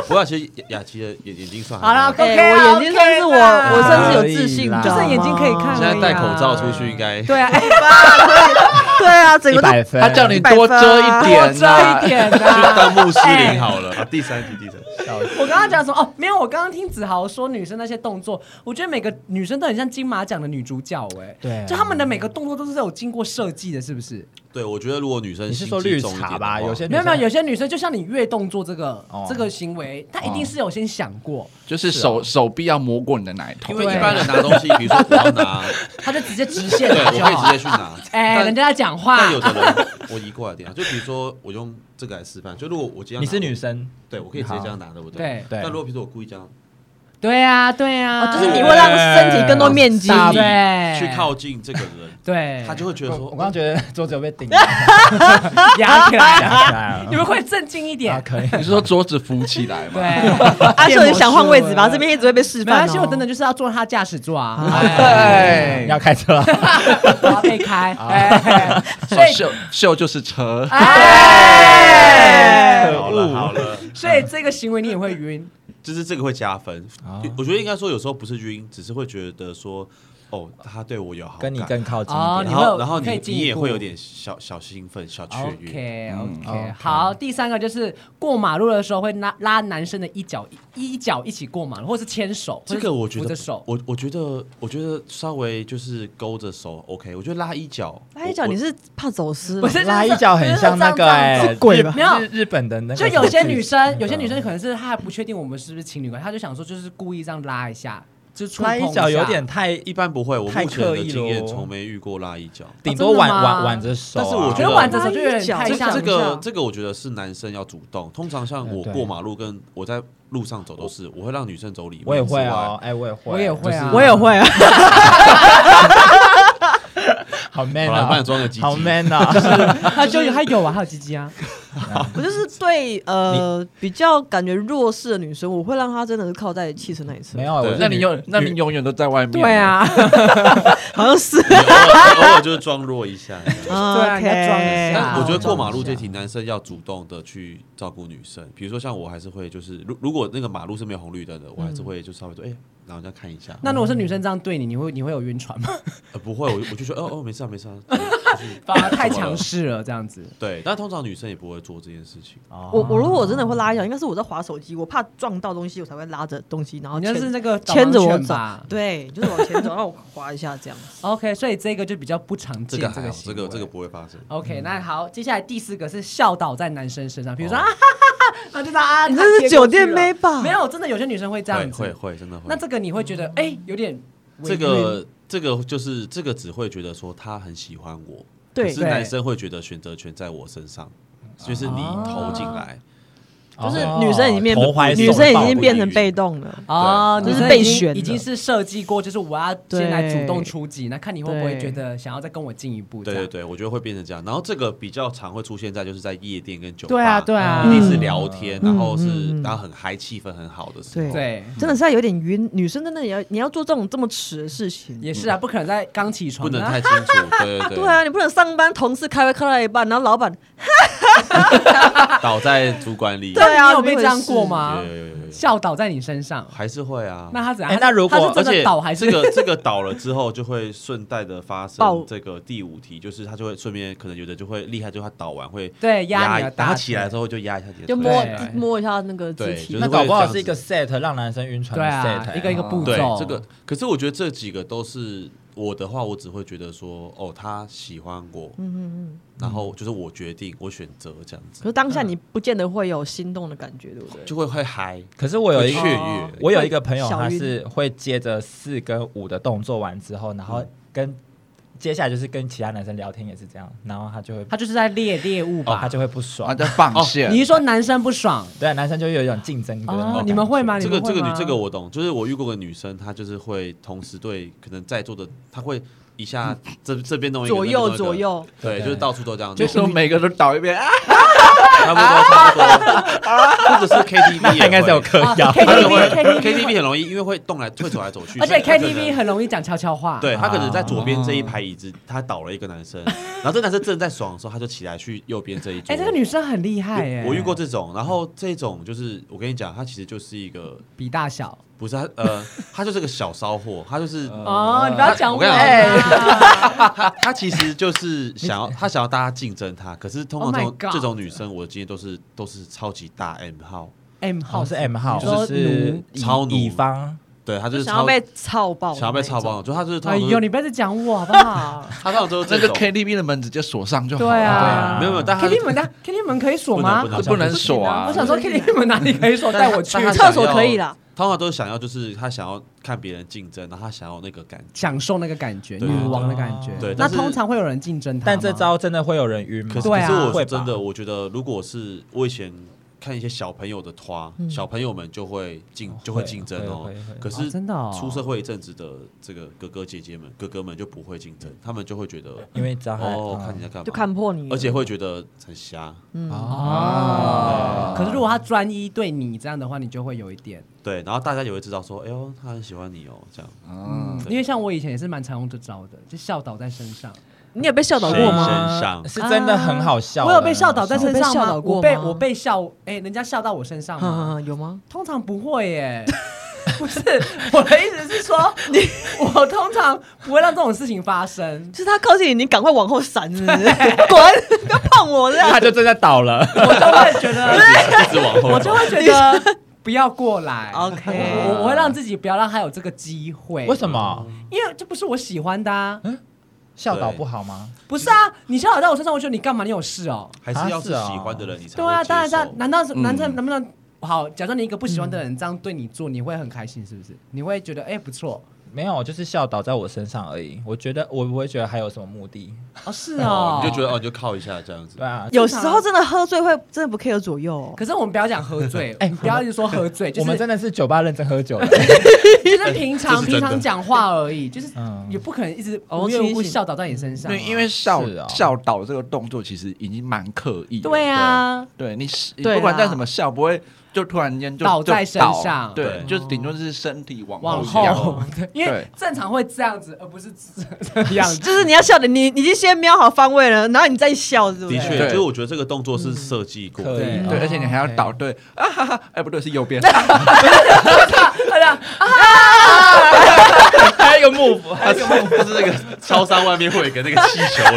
Speaker 3: 不过其实雅雅琪的眼眼睛算还
Speaker 1: 好啦
Speaker 3: 蛮
Speaker 1: ，OK
Speaker 4: 哎
Speaker 1: 啦
Speaker 4: 我眼睛算是我，
Speaker 1: OK 啦
Speaker 4: 我算是有自信的，
Speaker 5: 可以啦
Speaker 1: 就是眼睛可以看
Speaker 3: 好
Speaker 1: 啊
Speaker 3: 现在戴口罩出去应该
Speaker 1: 对啊，哎
Speaker 4: 对啊，整
Speaker 5: 一
Speaker 4: 个都
Speaker 5: 百分，
Speaker 2: 他叫你多遮一
Speaker 1: 多
Speaker 2: 点
Speaker 1: 抓
Speaker 2: 呐、
Speaker 1: 一点
Speaker 3: 去
Speaker 1: 啊。
Speaker 3: 当牧师林好了。啊第三题，第三题。
Speaker 1: 我刚刚讲什么？哦，没有，我刚刚听子豪说女生那些动作，我觉得每个女生都很像金马奖的女主角哎、
Speaker 5: 对啊
Speaker 1: 就她们的每个动作都是有经过设计的，是不是？
Speaker 3: 对，我觉得如果女生
Speaker 5: 你是
Speaker 3: 心
Speaker 5: 说
Speaker 3: 机
Speaker 5: 绿
Speaker 3: 重一点
Speaker 5: 茶
Speaker 3: 的
Speaker 5: 吧？
Speaker 3: 话
Speaker 5: 有些
Speaker 1: 没有
Speaker 5: 女
Speaker 1: 没
Speaker 5: 生
Speaker 1: 有，有些女生就像你越动作这个、
Speaker 5: 哦
Speaker 1: 这个行为，她一定是有先想过，
Speaker 2: 就是啊手、手臂要摸过你的奶
Speaker 3: 哦
Speaker 2: 头
Speaker 3: 因为，
Speaker 1: 对
Speaker 5: 啊
Speaker 3: 一般人拿东西，比如说我要 拿，
Speaker 1: 她就直接直线
Speaker 3: 对，
Speaker 1: 了
Speaker 3: 我
Speaker 1: 就
Speaker 3: 可以直
Speaker 1: 好
Speaker 3: 接。去拿。
Speaker 1: 哎、
Speaker 3: 但
Speaker 1: 人家在讲话
Speaker 3: 但，有的人我移过来点啊，就比如说我用这个来示范，就如果我今天
Speaker 5: 你是女，生，
Speaker 3: 对我可以直接这样拿的，我
Speaker 1: 对
Speaker 5: 对
Speaker 3: 但如果比如说我故意这样
Speaker 1: 对啊，对啊，
Speaker 4: 哦就是你会让身体更多面积。
Speaker 1: 大
Speaker 3: 故意
Speaker 1: 对
Speaker 3: 去靠近这个人，
Speaker 1: 对，
Speaker 3: 他就会觉得
Speaker 5: 我哎我
Speaker 3: 说，
Speaker 5: 刚
Speaker 3: 嗯
Speaker 5: 刚觉得桌子有被 顶
Speaker 1: 压起来了。
Speaker 5: 下
Speaker 1: 你们会正经一点
Speaker 5: 啊，，可以。
Speaker 2: 你是说桌子扶起来吗？
Speaker 1: 对。
Speaker 4: 阿秀，啊你想换位置吧？
Speaker 1: 变魔术了
Speaker 4: 这边一直会被示
Speaker 1: 没
Speaker 4: 范哦。
Speaker 1: 关系，我等等就是要坐他驾驶座啊，
Speaker 2: 对，
Speaker 5: 要开车，
Speaker 1: 我要被开，哎所以
Speaker 2: 秀秀就是车，
Speaker 1: 啊哎，
Speaker 3: 哦好了好了，
Speaker 1: 所以这个行为你也会晕，
Speaker 3: 就是这个会加分
Speaker 5: 啊。
Speaker 3: 我觉得应该说有时候不是晕，只是会觉得说，哦，他对我有好
Speaker 5: 跟
Speaker 3: 感，
Speaker 5: 你更靠近
Speaker 1: 哦
Speaker 5: 一
Speaker 1: 你
Speaker 5: 点
Speaker 3: 然
Speaker 1: 会有
Speaker 3: 后然后
Speaker 1: 你可以
Speaker 3: 你
Speaker 1: 进一
Speaker 3: 你也
Speaker 1: 步
Speaker 3: 会有点小小兴奋、小
Speaker 5: 哦
Speaker 3: 雀跃。
Speaker 1: OK
Speaker 5: 嗯
Speaker 1: OK，
Speaker 5: ，OK
Speaker 1: 好，第三个就是过马路的时候会拉拉男生的一脚一脚一起过马路，或是牵手，
Speaker 3: 这个我觉
Speaker 1: 或者
Speaker 3: 得
Speaker 1: 扶着手，
Speaker 3: 我我觉得我觉得稍微就是勾着手，OK。我觉得拉一脚，
Speaker 4: 拉一脚，
Speaker 3: 我
Speaker 4: 你是怕走失
Speaker 1: 不
Speaker 4: 吗？
Speaker 1: 是
Speaker 5: 嗯拉一脚很像那个
Speaker 1: 就是这样这样
Speaker 5: 哎
Speaker 1: 子，鬼吧
Speaker 5: 日
Speaker 1: 没有
Speaker 5: 日日本的那个
Speaker 1: 就
Speaker 5: 什么剧，
Speaker 1: 有些女生，有些女生可能是她还不确定我们是不是情侣关系，她就想说就是故意这样拉一下，就是触碰
Speaker 5: 拉一脚有点太，
Speaker 3: 一般不会，我
Speaker 5: 太
Speaker 3: 目前
Speaker 5: 刻
Speaker 3: 的
Speaker 5: 意
Speaker 3: 经验
Speaker 5: 咯
Speaker 3: 从没遇过拉一脚。
Speaker 5: 顶多
Speaker 1: 真的
Speaker 5: 挽
Speaker 1: 吗
Speaker 5: 挽挽着手啊。
Speaker 3: 但是我
Speaker 1: 我觉得
Speaker 3: 觉得
Speaker 1: 挽着手就有点太
Speaker 4: 拉一
Speaker 1: 像
Speaker 4: 下
Speaker 3: 这
Speaker 4: 一
Speaker 3: 个
Speaker 4: 下
Speaker 3: 这个，我觉得是男生要主动。通常像
Speaker 5: 嗯
Speaker 3: 我
Speaker 5: 对
Speaker 3: 过马路跟我在路上走都是，我会让女生走里面。
Speaker 5: 我也会哦，，哎，我也会，
Speaker 1: 我也会啊
Speaker 5: 就是
Speaker 4: 我也会啊，
Speaker 5: 好 man
Speaker 3: 好了，帮
Speaker 5: 啊
Speaker 3: 你，装个鸡鸡。
Speaker 5: 好 man 啊！
Speaker 1: 她就她有啊，她有鸡鸡啊，
Speaker 4: 我就是对呃比较感觉弱势的女生，我会让她真的是靠在汽车那一侧
Speaker 5: 没，有，我
Speaker 3: 对
Speaker 5: 是
Speaker 2: 那你
Speaker 5: 女
Speaker 2: 永那你
Speaker 5: 女
Speaker 2: 永远都在外面。
Speaker 1: 对，啊，
Speaker 4: 好 像是。
Speaker 3: 你偶尔偶尔就是装弱 一下。
Speaker 1: 对啊你要装一下
Speaker 3: 但我觉得
Speaker 5: 装
Speaker 3: 过马
Speaker 5: 一
Speaker 3: 路这
Speaker 5: 下
Speaker 3: 题，男生要主动的去照顾女生。比如说像我还是会就是，如如果那个马路是没有红绿灯的，我还
Speaker 5: 嗯
Speaker 3: 是会就稍微说，哎，然后再看一下。
Speaker 1: 那如果是女生这样对你，你会你会有晕船吗？
Speaker 3: 呃不会，我我就觉得哦哦没事啊 没事啊。就是
Speaker 1: 反而太强势了，这样子。
Speaker 3: 对，但通常女生也不会做这件事情。啊
Speaker 4: 我我如果我真的会拉一脚，应该是我在划手机，我怕撞到东西，我才会拉着东西，然后
Speaker 1: 好像
Speaker 4: 哦牵
Speaker 1: 是那个导盲
Speaker 4: 牵着我
Speaker 1: 犬
Speaker 4: 走
Speaker 1: 吧，
Speaker 4: 对，就是往前走，然后我划一下这样。
Speaker 1: OK，所以这个就比较不常
Speaker 3: 这
Speaker 1: 见
Speaker 3: 个还好，
Speaker 1: 行
Speaker 3: 这
Speaker 1: 为哦
Speaker 3: 个这个不嗯会发生。
Speaker 1: OK，那好，接下来第四个是笑倒在男生身上，
Speaker 3: 哦
Speaker 1: 比如说啊哈哈哈，然后就是啊，
Speaker 4: 你
Speaker 1: 他
Speaker 4: 这是
Speaker 1: 贴过去
Speaker 4: 酒店
Speaker 1: 了
Speaker 4: 妹吧
Speaker 1: 没有，真的有些女生会这
Speaker 3: 会
Speaker 1: 样子。
Speaker 3: 会会，真的会。
Speaker 1: 那这个你会觉得哎，有点微
Speaker 3: 这
Speaker 1: 晕
Speaker 3: 个这个就是这个只会觉得说他很喜欢我，可
Speaker 4: 对
Speaker 1: 哦
Speaker 3: 是男生会觉得选择权在我身上，就是你投进来，
Speaker 4: 就是
Speaker 5: 哦
Speaker 4: 女生已经变
Speaker 6: 投怀送
Speaker 4: 女
Speaker 6: 抱
Speaker 4: 生已经变成被动了。
Speaker 1: 哦，女
Speaker 4: 对就是
Speaker 1: 生
Speaker 4: 被
Speaker 1: 已经
Speaker 4: 选的
Speaker 1: 已经是设计过，就是我要
Speaker 4: 对
Speaker 1: 先来主动出击，那看你会不会
Speaker 4: 对
Speaker 1: 觉得想要再跟我进一步？这
Speaker 3: 对对
Speaker 1: 样，
Speaker 3: 对，我觉得会变成这样。然后这个比较常会出现在就是在夜店跟酒吧，
Speaker 1: 对啊对啊
Speaker 3: 一定是聊天，
Speaker 4: 嗯
Speaker 3: 然后是、
Speaker 4: 嗯嗯
Speaker 3: 然后很嗨，气氛很好的时
Speaker 4: 对
Speaker 3: 候。
Speaker 1: 对
Speaker 4: 真的是要有点晕，女生真的也要你要做这种这么耻的事情，
Speaker 1: 也是啊，不可能在刚起
Speaker 3: 不
Speaker 1: 床
Speaker 3: 能
Speaker 1: 啊
Speaker 3: 太清楚，对对
Speaker 4: 对啊，你不能上班，同事开会开到一半，然后老板
Speaker 3: 倒在主管里，
Speaker 4: 对啊
Speaker 1: 你有被这样过吗
Speaker 3: 有？有有有有，
Speaker 1: 笑倒在你身上，
Speaker 3: 还是会啊。
Speaker 1: 那他怎样
Speaker 6: 哎？那如果
Speaker 1: 他是
Speaker 3: 而
Speaker 1: 真的
Speaker 3: 且
Speaker 1: 倒还是
Speaker 3: 这个 这个倒了之后，就会顺带的发
Speaker 4: 爆
Speaker 3: 生这个第五题，就是他就会顺便可能有的就会厉害，就他倒完会
Speaker 1: 对压你的大
Speaker 3: 他
Speaker 1: 腿
Speaker 3: 起来之后就压一下你的
Speaker 4: 就
Speaker 3: 腿
Speaker 4: 摸
Speaker 1: 对
Speaker 4: 摸一下那个肢
Speaker 3: 对
Speaker 4: 体
Speaker 3: 就，
Speaker 6: 那
Speaker 3: 是会
Speaker 6: 搞不
Speaker 3: 这
Speaker 6: 好
Speaker 3: 样
Speaker 6: 是一个 set 让男生晕船
Speaker 1: 对
Speaker 6: 的
Speaker 1: 啊，
Speaker 6: set，
Speaker 5: 哎
Speaker 1: 一个一个步
Speaker 3: 对
Speaker 1: 骤，
Speaker 3: 这个，可是我觉得这几个都是我的话，我只会觉得说，哦，他喜欢我，
Speaker 4: 嗯嗯嗯。
Speaker 3: 然后就是我决定，我选择这样
Speaker 4: 可
Speaker 3: 子，
Speaker 4: 是当
Speaker 1: 嗯
Speaker 4: 下你不见得会有心动的感觉，对不对？
Speaker 3: 就会会嗨，
Speaker 5: 可是我有
Speaker 3: 会
Speaker 5: 一
Speaker 3: 雀
Speaker 5: 个，
Speaker 3: 跃。
Speaker 5: 我有一个朋友，
Speaker 4: 小
Speaker 5: 他
Speaker 4: 晕
Speaker 5: 是会接着四跟五的动作完之后，然
Speaker 3: 嗯
Speaker 5: 后跟接下来就是跟其他男生聊天也是这样，然后他就会哦
Speaker 1: 他就是在猎猎物
Speaker 5: 他
Speaker 3: 哦
Speaker 1: 吧？
Speaker 5: 就会不
Speaker 2: 啊，
Speaker 5: 爽，
Speaker 2: 叫放线。
Speaker 1: 你是说男生不爽
Speaker 5: 对，男生就有一种竞争格那种
Speaker 1: 啊
Speaker 5: 感？觉。
Speaker 1: 你们会吗？
Speaker 3: 哦这
Speaker 1: 你
Speaker 3: 个
Speaker 1: 们
Speaker 3: 这
Speaker 1: 会
Speaker 3: 个
Speaker 1: 吗
Speaker 3: 女这个我懂，就是我遇过个女生，她就是会同时对可能在座的，她会一下这这边弄一个，
Speaker 4: 左
Speaker 3: 那边弄
Speaker 4: 右
Speaker 3: 一个
Speaker 4: 左，右，
Speaker 3: 对，就是到处都这样弄，
Speaker 2: 就是我每个都倒一遍啊！
Speaker 3: 差不多差不多，或者是 KTV
Speaker 5: 他
Speaker 3: 也
Speaker 5: 应该是有
Speaker 3: 会
Speaker 5: 嗑
Speaker 1: 啊
Speaker 5: 药，
Speaker 3: 他可能会
Speaker 1: KTV
Speaker 3: KTV 很容易，因为会动来会走来走去，
Speaker 1: 而且
Speaker 3: 所以她可能
Speaker 1: KTV 很容易讲悄悄话，
Speaker 3: 对他可能在左边这一排椅子，他倒了一个 男生，然后这男生正在爽的时候，他就起来去右边这一桌。
Speaker 1: 哎，这个女生很厉害哎，
Speaker 3: 我遇过这种，然后这种就是我跟你讲，他其实就是一个
Speaker 1: 比大小
Speaker 3: 不是他 呃，他就是个小骚货，他就是
Speaker 1: 哦，你不要讲
Speaker 3: 我跟你
Speaker 1: 啊，
Speaker 3: 他其实就是想 要他想要大家竞争他，可是通常
Speaker 1: Oh
Speaker 3: 这
Speaker 1: my
Speaker 3: 种
Speaker 1: God
Speaker 3: 这种女生，我的经验都是都是超级大 M 号，
Speaker 1: M
Speaker 5: 好
Speaker 3: 哦
Speaker 1: 号
Speaker 5: 是 M 号，
Speaker 1: 你说
Speaker 5: 就是
Speaker 1: 奴
Speaker 5: 乙
Speaker 3: 超奴
Speaker 5: 乙方，
Speaker 3: 对他就
Speaker 4: 就是想要
Speaker 3: 超
Speaker 4: 被操爆，
Speaker 3: 想要被超。爆，就他就是通
Speaker 1: 哎
Speaker 3: 常
Speaker 1: 呦，
Speaker 3: 都是
Speaker 1: 你不要再讲我好不 好？
Speaker 3: 他通常都是
Speaker 2: 那
Speaker 3: 这
Speaker 2: 个
Speaker 3: 种
Speaker 2: KTV 的门直接锁上就好
Speaker 1: 对
Speaker 2: 了。
Speaker 1: 啊，
Speaker 3: 没有没有，但他
Speaker 1: KTV 门的 KTV 门可以锁
Speaker 3: 不
Speaker 1: 吗
Speaker 3: 能不？能
Speaker 2: 不能锁啊！
Speaker 1: 我想说 KTV 门哪里可以锁？带
Speaker 3: 但
Speaker 1: 我
Speaker 3: 他
Speaker 1: 去
Speaker 3: 但他
Speaker 4: 厕所
Speaker 3: 想要
Speaker 4: 可以啦，
Speaker 3: 通常都是想要就是他想要看别人竞争，然后他想要那个感觉。
Speaker 1: 享受那个感觉，
Speaker 3: 对
Speaker 1: 女王的感觉。
Speaker 3: 对
Speaker 1: 那
Speaker 3: 但是
Speaker 1: 通常会有人竞争他吗，
Speaker 5: 但这招真的会有人晕吗？
Speaker 3: 可是，
Speaker 1: 对啊
Speaker 3: 可是我
Speaker 5: 会
Speaker 3: 是
Speaker 5: 吧
Speaker 3: 真的，我觉得如果是我以前看一些小朋友的拖，
Speaker 4: 嗯
Speaker 3: 小朋友们就会竞就会竞争哦
Speaker 5: 会会会。
Speaker 3: 可是
Speaker 1: 哦真的哦
Speaker 3: 出社会一阵子的这个哥哥姐姐们、哥哥们就不会竞争，他们就会觉得
Speaker 5: 因为只要他
Speaker 3: 哦，
Speaker 5: 嗯
Speaker 3: 看你在干嘛，
Speaker 4: 就看破你了，
Speaker 3: 而且会觉得很瞎。
Speaker 1: 哦。可是如果他专一对你这样的话，你就会有一点，
Speaker 3: 对，然后大家也会知道说，哎呦，他很喜欢你哦，这样。
Speaker 2: 嗯，
Speaker 3: 对
Speaker 1: 因为像我以前也是蛮常用这招的，就笑倒在身上。
Speaker 4: 你有被笑倒
Speaker 3: 谁
Speaker 4: 过吗？
Speaker 3: 身上
Speaker 5: 是真的很好笑的。
Speaker 1: 我有被笑倒在身上
Speaker 4: 有被笑
Speaker 1: 吗？
Speaker 4: 倒过吗
Speaker 1: 我被我被笑，哎，人家笑到我身上吗？
Speaker 4: 嗯，有吗？
Speaker 1: 通常不会耶。不是，我的意思是说，你我通常不会让这种事情发生
Speaker 4: 就。是他靠近你，你赶快往后闪，是不是？ 滚，不要碰我这样
Speaker 5: 他。就真的倒了。
Speaker 1: 我就会觉得，
Speaker 3: 一直往后
Speaker 1: 我就会觉得不要过来。
Speaker 4: OK
Speaker 1: 我我我会让自己不要让他有这个机会。
Speaker 5: 为什？么
Speaker 1: 因为这不是我喜欢的啊。
Speaker 5: 笑倒不好吗？
Speaker 1: 不是啊，你笑倒在我身上，我觉得你干嘛？你有事哦？
Speaker 3: 还是要
Speaker 5: 啊
Speaker 3: 是
Speaker 5: 是哦
Speaker 3: 喜欢的人，你才
Speaker 1: 对啊，
Speaker 3: 会接
Speaker 1: 当然这样
Speaker 3: 受，嗯
Speaker 1: 难道是男生能不能？好，假装你一个不喜欢的人这样对你做，你会很开心是不
Speaker 3: 嗯
Speaker 1: 是？你会觉得哎不错
Speaker 5: 没有，就是笑倒在我身上而已。我觉得我不会觉得还有什么目的。
Speaker 1: 哦，是
Speaker 3: 哦
Speaker 1: 哦，
Speaker 3: 你就觉得哦，你就靠一下这样子
Speaker 5: 对。啊，
Speaker 4: 有时候真的喝醉会真的不 care 左右哦，
Speaker 1: 可是我们不要讲喝 醉，哎，不要一直说喝醉，就
Speaker 5: 我们
Speaker 1: 是
Speaker 5: 真的是酒吧认真喝酒 的。
Speaker 1: 就是平
Speaker 3: 这
Speaker 1: 常
Speaker 3: 是真
Speaker 1: 平
Speaker 3: 的
Speaker 1: 常讲话而 已，就是
Speaker 5: 嗯
Speaker 1: 也不可能一直
Speaker 4: 哦
Speaker 1: 无缘无
Speaker 4: 清
Speaker 1: 故
Speaker 4: 醒
Speaker 1: 笑倒在你身上啊。
Speaker 2: 对，因为笑
Speaker 5: 是啊
Speaker 2: 笑倒这个动作其实已经蛮刻意的。
Speaker 1: 对啊，
Speaker 2: 对你是你
Speaker 4: 对啊
Speaker 2: 不管在什么笑，不会就突然间就
Speaker 1: 倒在
Speaker 2: 就倒
Speaker 1: 身上
Speaker 2: 对
Speaker 3: 对，
Speaker 2: 就是顶多是身体往
Speaker 1: 往
Speaker 2: 后仰
Speaker 1: 后，对 因为
Speaker 2: 对
Speaker 1: 正常会这样子，而不是这这样 子。
Speaker 4: 就是你要笑的，你你已经先瞄好方位了，然后你再笑，是不
Speaker 3: 的
Speaker 4: 是？
Speaker 3: 确，
Speaker 2: 对
Speaker 3: 就是我觉得这个动作是设计过的
Speaker 5: 刻，意
Speaker 2: 对，
Speaker 5: 哦
Speaker 2: 而且你还要倒对啊哈哈，哎不对是右边，
Speaker 1: 啊
Speaker 5: 还有一个 move，
Speaker 3: 他是 就是那个超商外面会有一个那个气球人，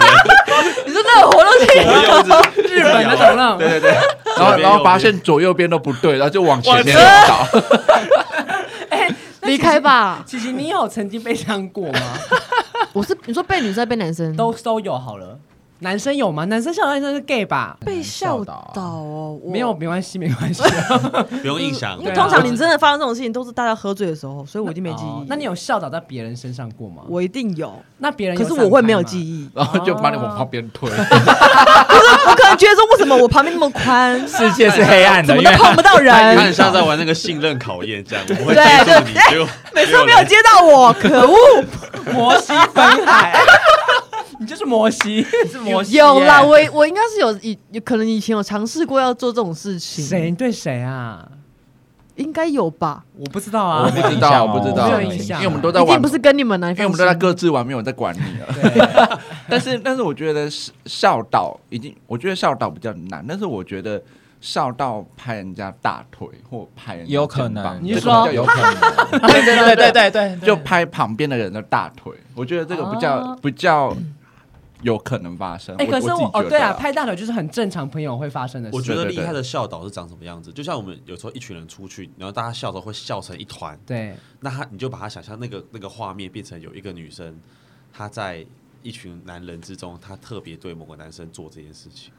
Speaker 4: 你说那个活动器，
Speaker 3: 啊
Speaker 1: 日本那种那种，
Speaker 3: 对对啊对，
Speaker 2: 然后然后发现左右边都不对，然后就往前面倒。
Speaker 4: 离开 吧。
Speaker 1: 琪琪，你有曾经被这样过吗？
Speaker 4: 我是你说被女生被男生
Speaker 1: 都都有好了，男生有吗？男生笑到应该是 gay 吧？
Speaker 4: 被
Speaker 5: 笑
Speaker 4: 笑
Speaker 5: 倒啊
Speaker 4: 倒哦，我
Speaker 1: 没有，。没关系，没关系。
Speaker 3: 不用硬想
Speaker 4: 因。为
Speaker 1: 对啊
Speaker 4: 通常你真的发生这种事情，都是大家喝醉的时候，所以我一定没记忆。
Speaker 1: 哦那你有笑倒在别人身上过吗？
Speaker 4: 我一定有，
Speaker 1: 那别人
Speaker 4: 可
Speaker 1: 有
Speaker 4: 是
Speaker 1: 闪
Speaker 4: 我会没有
Speaker 1: 开吗
Speaker 4: 记忆。
Speaker 2: 然后就把你往旁边推，
Speaker 4: 我可能觉得说，为什么我旁边那么宽，
Speaker 5: 世界是黑暗
Speaker 4: 怎
Speaker 5: 的，
Speaker 4: 么
Speaker 5: 因
Speaker 4: 都
Speaker 5: 为
Speaker 4: 碰不到
Speaker 3: 他
Speaker 4: 人
Speaker 3: 很？像在玩那个信任考验这样，我会
Speaker 4: 对
Speaker 3: 接住
Speaker 4: 对
Speaker 3: 你，结果
Speaker 4: 每次都没有接到我，可恶！
Speaker 1: 摩西分 海，你就是摩西，
Speaker 5: 是摩西耶
Speaker 4: 有啦，我我应该是有以有可能以前有尝试过要做这种事情，
Speaker 1: 谁对谁啊？
Speaker 4: 应该有吧？
Speaker 1: 我不知道
Speaker 2: 我
Speaker 1: 啊。
Speaker 2: 不知道，
Speaker 5: 我
Speaker 2: 我不知道，
Speaker 1: 没有印
Speaker 2: 因
Speaker 1: 象
Speaker 2: 为我们都在
Speaker 4: 一
Speaker 2: 玩
Speaker 4: 定不，是跟你们来，
Speaker 2: 因为我们都在各自玩，没有人在管你了。
Speaker 1: 对
Speaker 2: 但是，但是我觉得是笑到已经，我觉得笑到比较难。但是我觉得笑到拍人家大腿或拍人家
Speaker 5: 有可
Speaker 2: 肩膀
Speaker 5: 能，
Speaker 1: 你是
Speaker 2: 这个
Speaker 1: 说
Speaker 2: 比较有
Speaker 5: 有可能， 对对对对 对，对
Speaker 2: 就拍旁边的人的大腿，我觉得这个比较、
Speaker 1: 哦
Speaker 2: 比较有可能发生。
Speaker 1: 哎，
Speaker 2: 我
Speaker 1: 可是
Speaker 2: 我自己
Speaker 1: 我哦，
Speaker 2: 觉
Speaker 1: 对啊，
Speaker 2: 得
Speaker 1: 拍大腿就是很正常朋友会发生的
Speaker 3: 我
Speaker 1: 事。
Speaker 3: 觉得
Speaker 2: 对对
Speaker 3: 厉
Speaker 2: 对
Speaker 3: 害的笑导是长什么样子？就像我们有时候一群人出去，然后大家笑的时候会笑成一团，
Speaker 1: 对，
Speaker 3: 那他你就把他想象那个那个画面变成有一个女生，她在一群男人之中，她特别对某个男生做这件事情，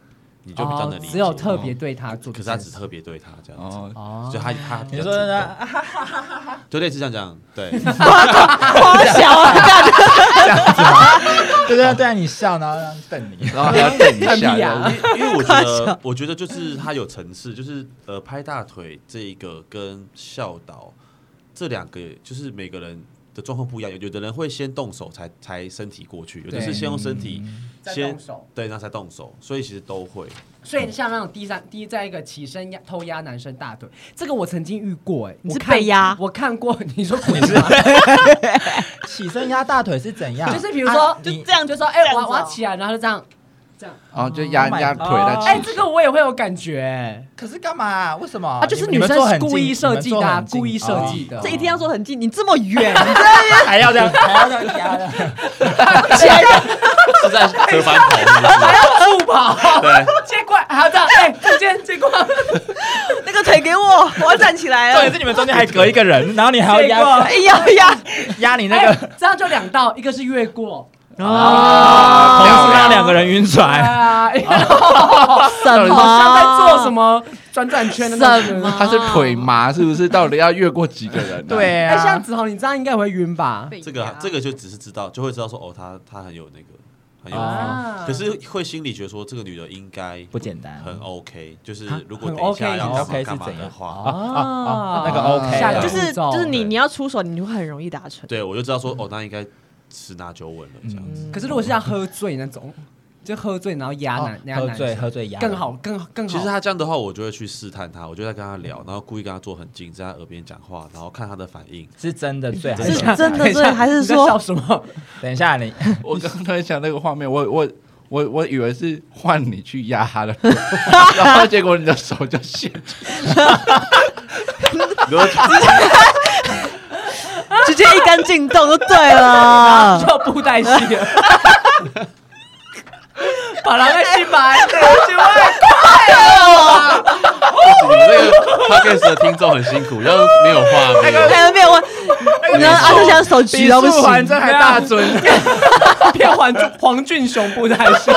Speaker 3: 你就比较能
Speaker 1: 哦
Speaker 3: 理解。哦
Speaker 1: 只有特别对他做
Speaker 3: 可
Speaker 1: 这
Speaker 3: 是他
Speaker 1: 件
Speaker 3: 只
Speaker 1: 事，
Speaker 3: 特别对他这样子，
Speaker 2: 哦，
Speaker 1: 哦
Speaker 3: 就他他
Speaker 5: 你
Speaker 3: 比较
Speaker 5: 说
Speaker 3: 主动
Speaker 5: 呢？
Speaker 1: 啊
Speaker 3: 就类似像这样，对，
Speaker 4: 夸小啊，
Speaker 5: 对对对，你笑，然后让瞪你。
Speaker 2: 然后还要等一
Speaker 1: 看
Speaker 2: 下
Speaker 1: 屁啊
Speaker 2: 然后
Speaker 3: 因为我觉得我觉得就是他有层次，就是呃拍大腿这一个跟笑导这两个，就是每个人。的状况不一样，有有的人会先动手才才身体过去，有的
Speaker 1: 对
Speaker 3: 是先用身体
Speaker 1: 嗯再
Speaker 3: 先
Speaker 1: 动手
Speaker 3: 对，那才动手，所以其实都会。
Speaker 1: 所以像那种第三第一，在一个起身压偷压男生大腿，这个我曾经遇过哎、
Speaker 4: 你
Speaker 1: 我
Speaker 4: 是
Speaker 1: 看
Speaker 4: 被压
Speaker 1: 我看过。你说滚吗？
Speaker 5: 起身压大腿是怎样？
Speaker 1: 就是比如说，
Speaker 5: 啊
Speaker 1: 就
Speaker 5: 你
Speaker 1: 这样，就说哎、
Speaker 4: 这样
Speaker 1: 我
Speaker 4: 子
Speaker 1: 要
Speaker 4: 哦
Speaker 1: 我要起来，然后就这样这样。
Speaker 2: 然后就压人家腿在起。
Speaker 1: 哎、这个我也会有感觉、欸，
Speaker 5: 可是干嘛？为什么？
Speaker 1: 啊，就是
Speaker 5: 你
Speaker 1: 女
Speaker 5: 们
Speaker 1: 生
Speaker 5: 坐
Speaker 1: 是
Speaker 5: 很近
Speaker 1: 故意设计的啊、
Speaker 5: 你们坐很近
Speaker 1: 故意设计的。
Speaker 4: 这一定要说很近，你这么 远，
Speaker 5: 哦还要 这样，还要这 样压的。
Speaker 3: 是在折返跑是不
Speaker 1: 还
Speaker 3: 是，
Speaker 1: 要助跑，
Speaker 3: 对，
Speaker 1: 哦接过来还要这样，哎、这件接过来，
Speaker 4: 那个腿给我，我要站起来
Speaker 5: 重点
Speaker 4: 了。
Speaker 5: 是你们中间还隔一个人，然后你还要
Speaker 1: 结果
Speaker 5: 压
Speaker 4: 哎呀呀！
Speaker 5: 压你那
Speaker 1: 哎、
Speaker 5: 个，
Speaker 1: 这样就两道，一个是越过，
Speaker 5: 同时让两个人晕
Speaker 1: 哦哎
Speaker 5: 船。
Speaker 1: 呀、
Speaker 5: 哦
Speaker 4: 什么？
Speaker 1: 好像在做什？么转转圈的那种
Speaker 4: 什么
Speaker 2: 他是腿麻是不是？到底要越过几个人、啊？
Speaker 5: 对
Speaker 1: 哎、像
Speaker 5: 啊，
Speaker 1: 子豪，你这样应该也会晕吧？
Speaker 3: 这个啊这个就只是知道，就会知道说哦，他他很有那个很有 feel，、
Speaker 5: 哦
Speaker 1: 啊
Speaker 3: 可是会心里觉得说这个女的应该
Speaker 5: 不简单。
Speaker 3: 很 OK，就是
Speaker 1: 啊
Speaker 3: 如果
Speaker 1: 很
Speaker 3: 等一
Speaker 1: OK
Speaker 3: 下要
Speaker 1: 是
Speaker 3: 干嘛
Speaker 5: OK
Speaker 3: 干嘛
Speaker 5: 是怎
Speaker 3: 的
Speaker 5: 样
Speaker 3: 话，
Speaker 1: 啊
Speaker 5: 那个 OK
Speaker 1: 下一个
Speaker 4: 就
Speaker 1: 步
Speaker 4: 是
Speaker 1: 骤
Speaker 4: 就是你
Speaker 3: 对
Speaker 4: 你要出手，你会很容易达成。
Speaker 3: 对我就知道说哦，那应该十拿九稳了这样子。
Speaker 1: 可是如果是像喝醉那种，就喝醉然后压男、压
Speaker 5: 喝
Speaker 1: 男
Speaker 5: 醉
Speaker 1: 生，
Speaker 5: 喝醉压
Speaker 1: 更好，更好
Speaker 4: 哦
Speaker 1: 更好。
Speaker 3: 其实他这样的话，我就会去试探他，我就在跟他
Speaker 4: 嗯
Speaker 3: 聊，然后故意跟他坐很近，在他耳边讲话，然后看他的反应。
Speaker 5: 是真的醉还
Speaker 1: 等一
Speaker 5: 是
Speaker 1: 下
Speaker 4: 是真的
Speaker 1: 等一下
Speaker 4: 醉还是
Speaker 1: 你在
Speaker 4: 说
Speaker 1: 笑什么？
Speaker 5: 等一下你
Speaker 2: 我刚刚在想那个画面，我我我我以为是换你去压他的，然后结果你的手就陷进去。
Speaker 3: 然后
Speaker 4: 直接一杆进洞就对 了。
Speaker 1: 叫布袋戏了。把狼给吸满，对，去外
Speaker 3: 你们这个 podcast 的听众很辛苦，要没有画面，
Speaker 4: 还有没有问？你知道阿志祥手举都不
Speaker 2: 比素还
Speaker 4: 行，
Speaker 2: 真还大尊，
Speaker 1: 骗黄黄俊雄布袋戏。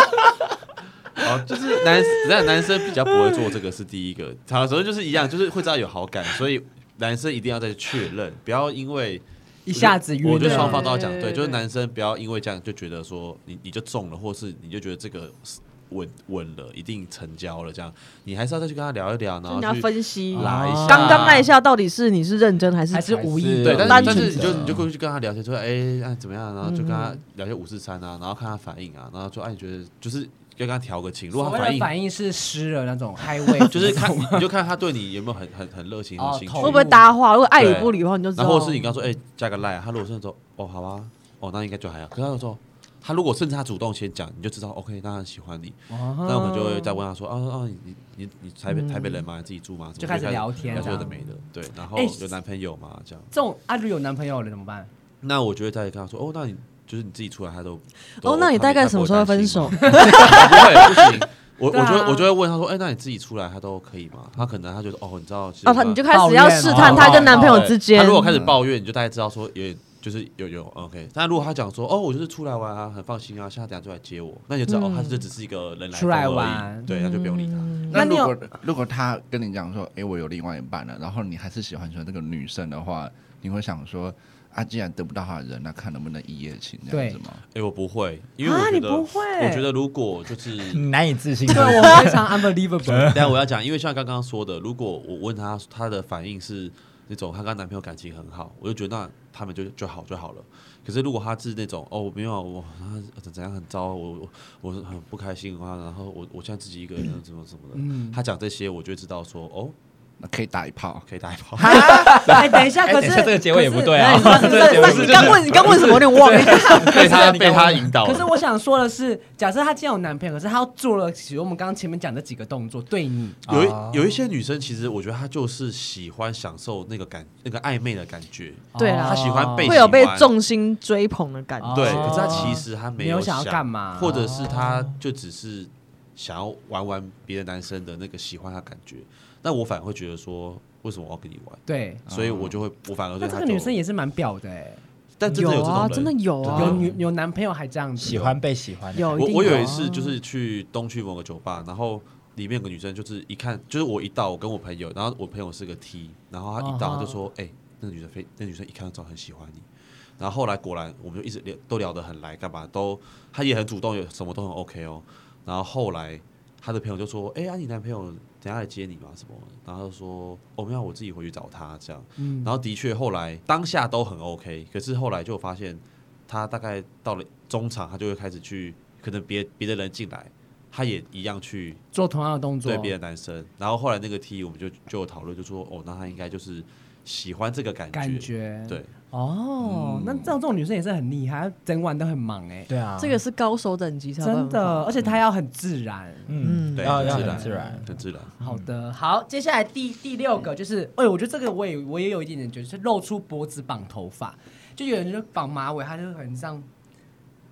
Speaker 3: 哦，就是男，但男生比较不会做这个是第一个，他首先就是一样，就是会知道有好感，所以男生一定要再确认，不要因为
Speaker 1: 一下子晕了
Speaker 3: 我觉得双方都要讲
Speaker 4: 对
Speaker 3: 对，
Speaker 4: 对
Speaker 3: 就是男生不要因为这样就觉得说你你就中了，或是你就觉得这个是稳稳了，一定成交了这样，你还是要再去跟他聊一聊，然
Speaker 4: 就
Speaker 3: 后
Speaker 4: 你要
Speaker 3: 去
Speaker 4: 分析
Speaker 3: 拉一下。
Speaker 4: 哦刚刚那一下到底是你是认真还是
Speaker 1: 还是无意
Speaker 3: 对，
Speaker 1: 的，
Speaker 3: 但
Speaker 4: 单
Speaker 3: 是但
Speaker 4: 纯
Speaker 3: 是你
Speaker 4: 的
Speaker 3: 就你就过去跟他聊天，说哎、那怎么样，然后就跟他
Speaker 1: 嗯
Speaker 3: 聊些五四三啊，然后看他反应啊，然后说哎、你觉得就是要跟他调个情，如果
Speaker 1: 所谓
Speaker 3: 他反
Speaker 1: 的
Speaker 3: 应
Speaker 1: 反应是湿了那种 high way，
Speaker 3: 就是看你你就看他对你有没有很很很热情、
Speaker 1: 哦
Speaker 3: 很兴趣，
Speaker 1: 投
Speaker 4: 会不会搭话？如果爱理不理的话，你就知道。
Speaker 3: 然后或者是你刚说哎、加个 line，啊他如果是那种哦好啊，哦那应该就还好，可是他就说。他如果甚至他主动先讲，你就知道 OK，那他喜欢你。
Speaker 1: 哦
Speaker 3: 那我们就会再问他说：“啊啊，你你你你台北台北人吗？你自己住吗？”
Speaker 1: 嗯就开始聊天
Speaker 3: 有
Speaker 1: 这样
Speaker 3: 的没的。对，然后
Speaker 1: 哎
Speaker 3: 有男朋友吗？这样。
Speaker 1: 这种阿如有男朋友了怎么办？
Speaker 3: 那我就会再跟他说：“哦，那你就是你自己出来，他都……都
Speaker 4: 哦，那你
Speaker 3: 他
Speaker 4: 大概
Speaker 3: 他不
Speaker 4: 什么
Speaker 3: 会
Speaker 4: 时候
Speaker 3: 担
Speaker 4: 分
Speaker 3: 心
Speaker 4: 手
Speaker 3: 吗？？ 不会，不行。我我
Speaker 1: 对啊
Speaker 3: 就会我就会问他说：“哎，那你自己出来，他都可以吗？”他可能他觉得哦，你知道，其实
Speaker 4: 哦，
Speaker 3: 他
Speaker 4: 他你就开始要试探
Speaker 1: 抱
Speaker 4: 他
Speaker 1: 怨
Speaker 4: 跟男朋友之
Speaker 3: 哦他
Speaker 4: 间
Speaker 3: 如。果开始抱怨，你就大概知道说有点就是有有 OK，但如果他讲说哦，我就是出来玩啊，很放心啊，下次等下就来接我，那你就知道、哦，他
Speaker 4: 嗯
Speaker 3: 这只是一个人来
Speaker 1: 出来
Speaker 3: 疯而已
Speaker 1: 玩
Speaker 3: 对，那就不用理他。
Speaker 4: 那
Speaker 2: 那如
Speaker 4: 你
Speaker 2: 果
Speaker 4: 有
Speaker 2: 如果他跟你讲说，哎，我有另外一半了，然后你还是喜欢上这个女生的话，你会想说，啊，既然得不到她的人，那看能不能一夜情这样子吗？
Speaker 3: 哎、我不会，因为
Speaker 4: 啊
Speaker 3: 我觉
Speaker 4: 你
Speaker 3: 得，
Speaker 4: 不会
Speaker 3: 我觉得如果就是，
Speaker 5: 你难以置信。
Speaker 1: 对 我非常 unbelievable。
Speaker 3: 但我要讲，因为像刚刚说的，如果我问他，他的反应是那种他跟他男朋友感情很好，我就觉得那他们就就好就好了。可是如果他是那种哦，没有啊我他怎怎样很糟，我我我是很不开心啊，然后我我现在自己一个人怎么怎么的，
Speaker 1: 嗯，
Speaker 3: 他讲这些，我就会知道说哦，
Speaker 2: 那可以打一炮。
Speaker 3: 可以打一炮。
Speaker 4: 哎，等一下，
Speaker 5: 哎
Speaker 4: 可
Speaker 5: 等一
Speaker 4: 是
Speaker 5: 下这个结尾也不对啊
Speaker 4: 可是
Speaker 5: 这个结尾
Speaker 4: 那
Speaker 5: 不
Speaker 4: 你
Speaker 5: 是
Speaker 4: 刚问你刚问什么？我有点忘了。
Speaker 3: 被他被他引导
Speaker 1: 可是我想说的是，假设她今天有男朋友，可是她做了，比如我们刚刚前面讲的几个动作，对你，
Speaker 3: 有一有一些女生，其实我觉得她就是喜欢享受那个感那个暧昧的感觉，
Speaker 4: 对啦
Speaker 1: 啊，
Speaker 4: 她
Speaker 3: 喜欢被
Speaker 4: 会有被
Speaker 3: 喜欢
Speaker 4: 重心追捧的感觉。
Speaker 3: 对。
Speaker 1: 哦
Speaker 3: 可是她其实她没
Speaker 1: 没有
Speaker 3: 想
Speaker 1: 想要干嘛
Speaker 3: 或者是她就只是想要玩玩别的男生的那个喜欢她感觉。那我反而会觉得说，为什么我要跟你玩？
Speaker 1: 对。
Speaker 3: 所以我就会我反而
Speaker 1: 那
Speaker 3: 对
Speaker 1: 这
Speaker 3: 她
Speaker 1: 个
Speaker 3: 就
Speaker 1: 女生也是蛮婊的哎，
Speaker 3: 但真的有这种
Speaker 4: 啊，
Speaker 3: 人，
Speaker 4: 真的有啊，
Speaker 1: 有女有男朋友还这样子，
Speaker 5: 喜欢被喜欢的
Speaker 4: 有
Speaker 5: 感
Speaker 3: 我
Speaker 4: 一定
Speaker 3: 我有
Speaker 4: 有
Speaker 3: 一
Speaker 4: 啊
Speaker 3: 次就是去东区某个酒吧，然后里面有个女生就是一看，就是我一到，我跟我朋友，然后我朋友是个 T，然后她一到
Speaker 1: 哦
Speaker 4: 嗯
Speaker 3: 她就说，哎、那个女生非那女生一看就知道很喜欢你。然后后来果然我们就一直聊都聊得很来，干嘛都她也很主动，有什么都很 OK 哦。然后后来她的朋友就说，哎、啊你男朋友等下来接你嘛什么的？然后她就说，哦没有，我自己回去找他这样。
Speaker 1: 嗯，
Speaker 3: 然后的确后来当下都很 OK，可是后来就发现他大概到了中场，他就会开始去，可能别别的人进来，他也一样去
Speaker 1: 做同样的动作
Speaker 3: 对，别的男生。然后后来那个 T 我们就就有讨论，就说哦，那他应该就是喜欢这个感觉，
Speaker 1: 感觉
Speaker 3: 对，
Speaker 1: 哦，那这种这种女生也是很厉害，她整晚都很忙哎
Speaker 5: 觉。，嗯对啊，
Speaker 4: 这个是高手等级才有办法
Speaker 1: 真的，而且她要很自然。
Speaker 5: 嗯，
Speaker 3: 对，
Speaker 5: 要要
Speaker 3: 很
Speaker 5: 很自然，
Speaker 3: 很自然。
Speaker 1: 好
Speaker 5: 嗯
Speaker 1: 的，好，接下来第第六个就是，哎、我觉得这个我也我也有一点点觉得是露出脖子绑头发，就有人就绑马尾，他就很像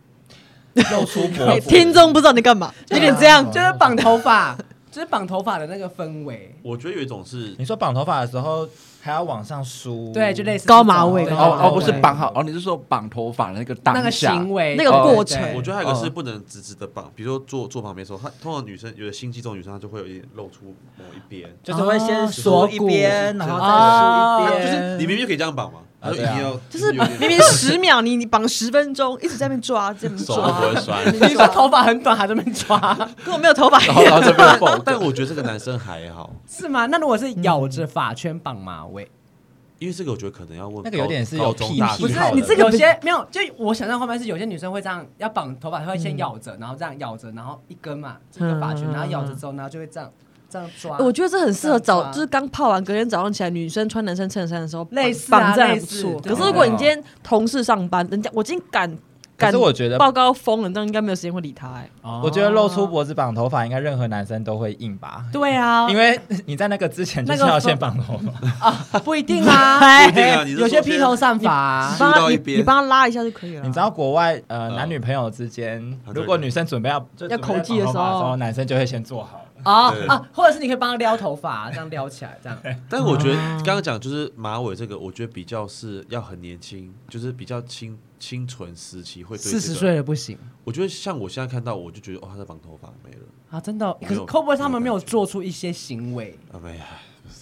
Speaker 3: 露出
Speaker 4: 哎
Speaker 3: 脖子，
Speaker 4: 听众不知道你干嘛，有点这样，
Speaker 1: 就是绑头发，就是绑头发的那个氛围，
Speaker 3: 我觉得有一种是
Speaker 5: 你说绑头发的时候还要往上梳，
Speaker 1: 对，就类似
Speaker 4: 高马尾
Speaker 1: 这种
Speaker 5: 高
Speaker 2: 哦
Speaker 5: 马
Speaker 2: 哦，不是
Speaker 5: 尾
Speaker 2: 绑好哦，你是说绑头发的那个当
Speaker 1: 那个
Speaker 2: 下
Speaker 1: 行为，
Speaker 4: 那个
Speaker 1: 对
Speaker 4: 过程
Speaker 1: 对
Speaker 3: 我觉得还有一个是不能直直的绑，比如说坐坐旁边的时候，她通常女生有的心机重的女生，她就会有一点露出某一边。
Speaker 5: 就是会先
Speaker 1: 哦
Speaker 5: 梳
Speaker 1: 锁
Speaker 5: 一
Speaker 1: 骨
Speaker 5: 边，然后
Speaker 1: 哦
Speaker 5: 再梳一边，
Speaker 3: 你啊明明就可以这样绑嘛，他
Speaker 5: 啊
Speaker 3: 就一
Speaker 5: 对
Speaker 3: 定
Speaker 5: 啊
Speaker 3: 要
Speaker 4: 就是
Speaker 3: 有点
Speaker 4: 明明十秒你你绑十分钟，一直在那边抓，这边
Speaker 3: 手都不
Speaker 4: 抓，
Speaker 3: 会 酸。
Speaker 1: 你说头发很短还在那边抓，
Speaker 4: 跟我没有头发一
Speaker 2: 然后然后
Speaker 4: 样。
Speaker 2: 这边
Speaker 3: 但
Speaker 2: 蹦，
Speaker 3: 但我觉得这个男生还好，
Speaker 1: 是吗？那如果是咬着发圈绑马尾，
Speaker 3: 因为这个我觉得可能要问
Speaker 5: 那个有点是
Speaker 3: 高
Speaker 5: 有
Speaker 3: 高中
Speaker 5: 屁屁
Speaker 3: 大学
Speaker 1: 不是
Speaker 5: 好的
Speaker 1: 你这个
Speaker 4: 有
Speaker 1: 有
Speaker 4: 些
Speaker 1: 些没有，就我想象画面是有些女生会这样，要绑头发，她会先咬着，然后这样咬着，然后一根嘛，这个发圈，
Speaker 4: 嗯
Speaker 1: 然后咬着之后，然后就会这样这样抓。
Speaker 4: 我觉得这很适合
Speaker 1: 这样抓
Speaker 4: 早，就是刚泡完，隔天早上起来，女生穿男生衬衫的时候，
Speaker 1: 类似啊
Speaker 4: 绑这样还
Speaker 1: 类
Speaker 4: 不
Speaker 1: 似
Speaker 4: 错。
Speaker 1: 对
Speaker 4: 可是如果你今天同事上班，人家我今天敢
Speaker 5: 啊可
Speaker 4: 敢
Speaker 5: 是我觉得，
Speaker 4: 报告疯了，那应该没有时间会理他。哎，
Speaker 1: 哦
Speaker 5: 我觉得露出脖子绑头发，应该任何男生都会硬吧，
Speaker 1: 对啊，
Speaker 5: 因为你在那个之前就是
Speaker 1: 那个
Speaker 5: 要先绑头发，
Speaker 1: 不一定啊，
Speaker 3: 不一定啊你是
Speaker 1: 有些
Speaker 3: 说
Speaker 1: 披头散发
Speaker 4: 你
Speaker 1: 啊。
Speaker 4: 帮
Speaker 3: 梳
Speaker 4: 他
Speaker 3: 到一
Speaker 4: 你
Speaker 3: 边
Speaker 4: 你帮他拉一下就可以了。
Speaker 5: 你知道国外呃
Speaker 3: 嗯啊
Speaker 5: 男女朋友之间，
Speaker 3: 对
Speaker 5: 如果女生准备要就
Speaker 4: 要口技的
Speaker 5: 准备要绑头发
Speaker 4: 时
Speaker 5: 的
Speaker 4: 候
Speaker 5: 时候，男生就会先做好。
Speaker 1: 啊
Speaker 3: 对
Speaker 1: 啊，或者是你可以帮他撩头发，啊这样撩起来，这样。
Speaker 3: 但我觉得刚刚讲就是马尾这个，我觉得比较是要很年轻，就是比较清清纯时期会对这个。
Speaker 1: 了不行
Speaker 3: 我觉得像我现在看到，我就觉得哦，他在绑头发没了
Speaker 1: 啊，真的哦。
Speaker 3: 没
Speaker 1: 可是
Speaker 3: 有
Speaker 1: 会不会他们没有做出一些行为？
Speaker 3: 啊，没有，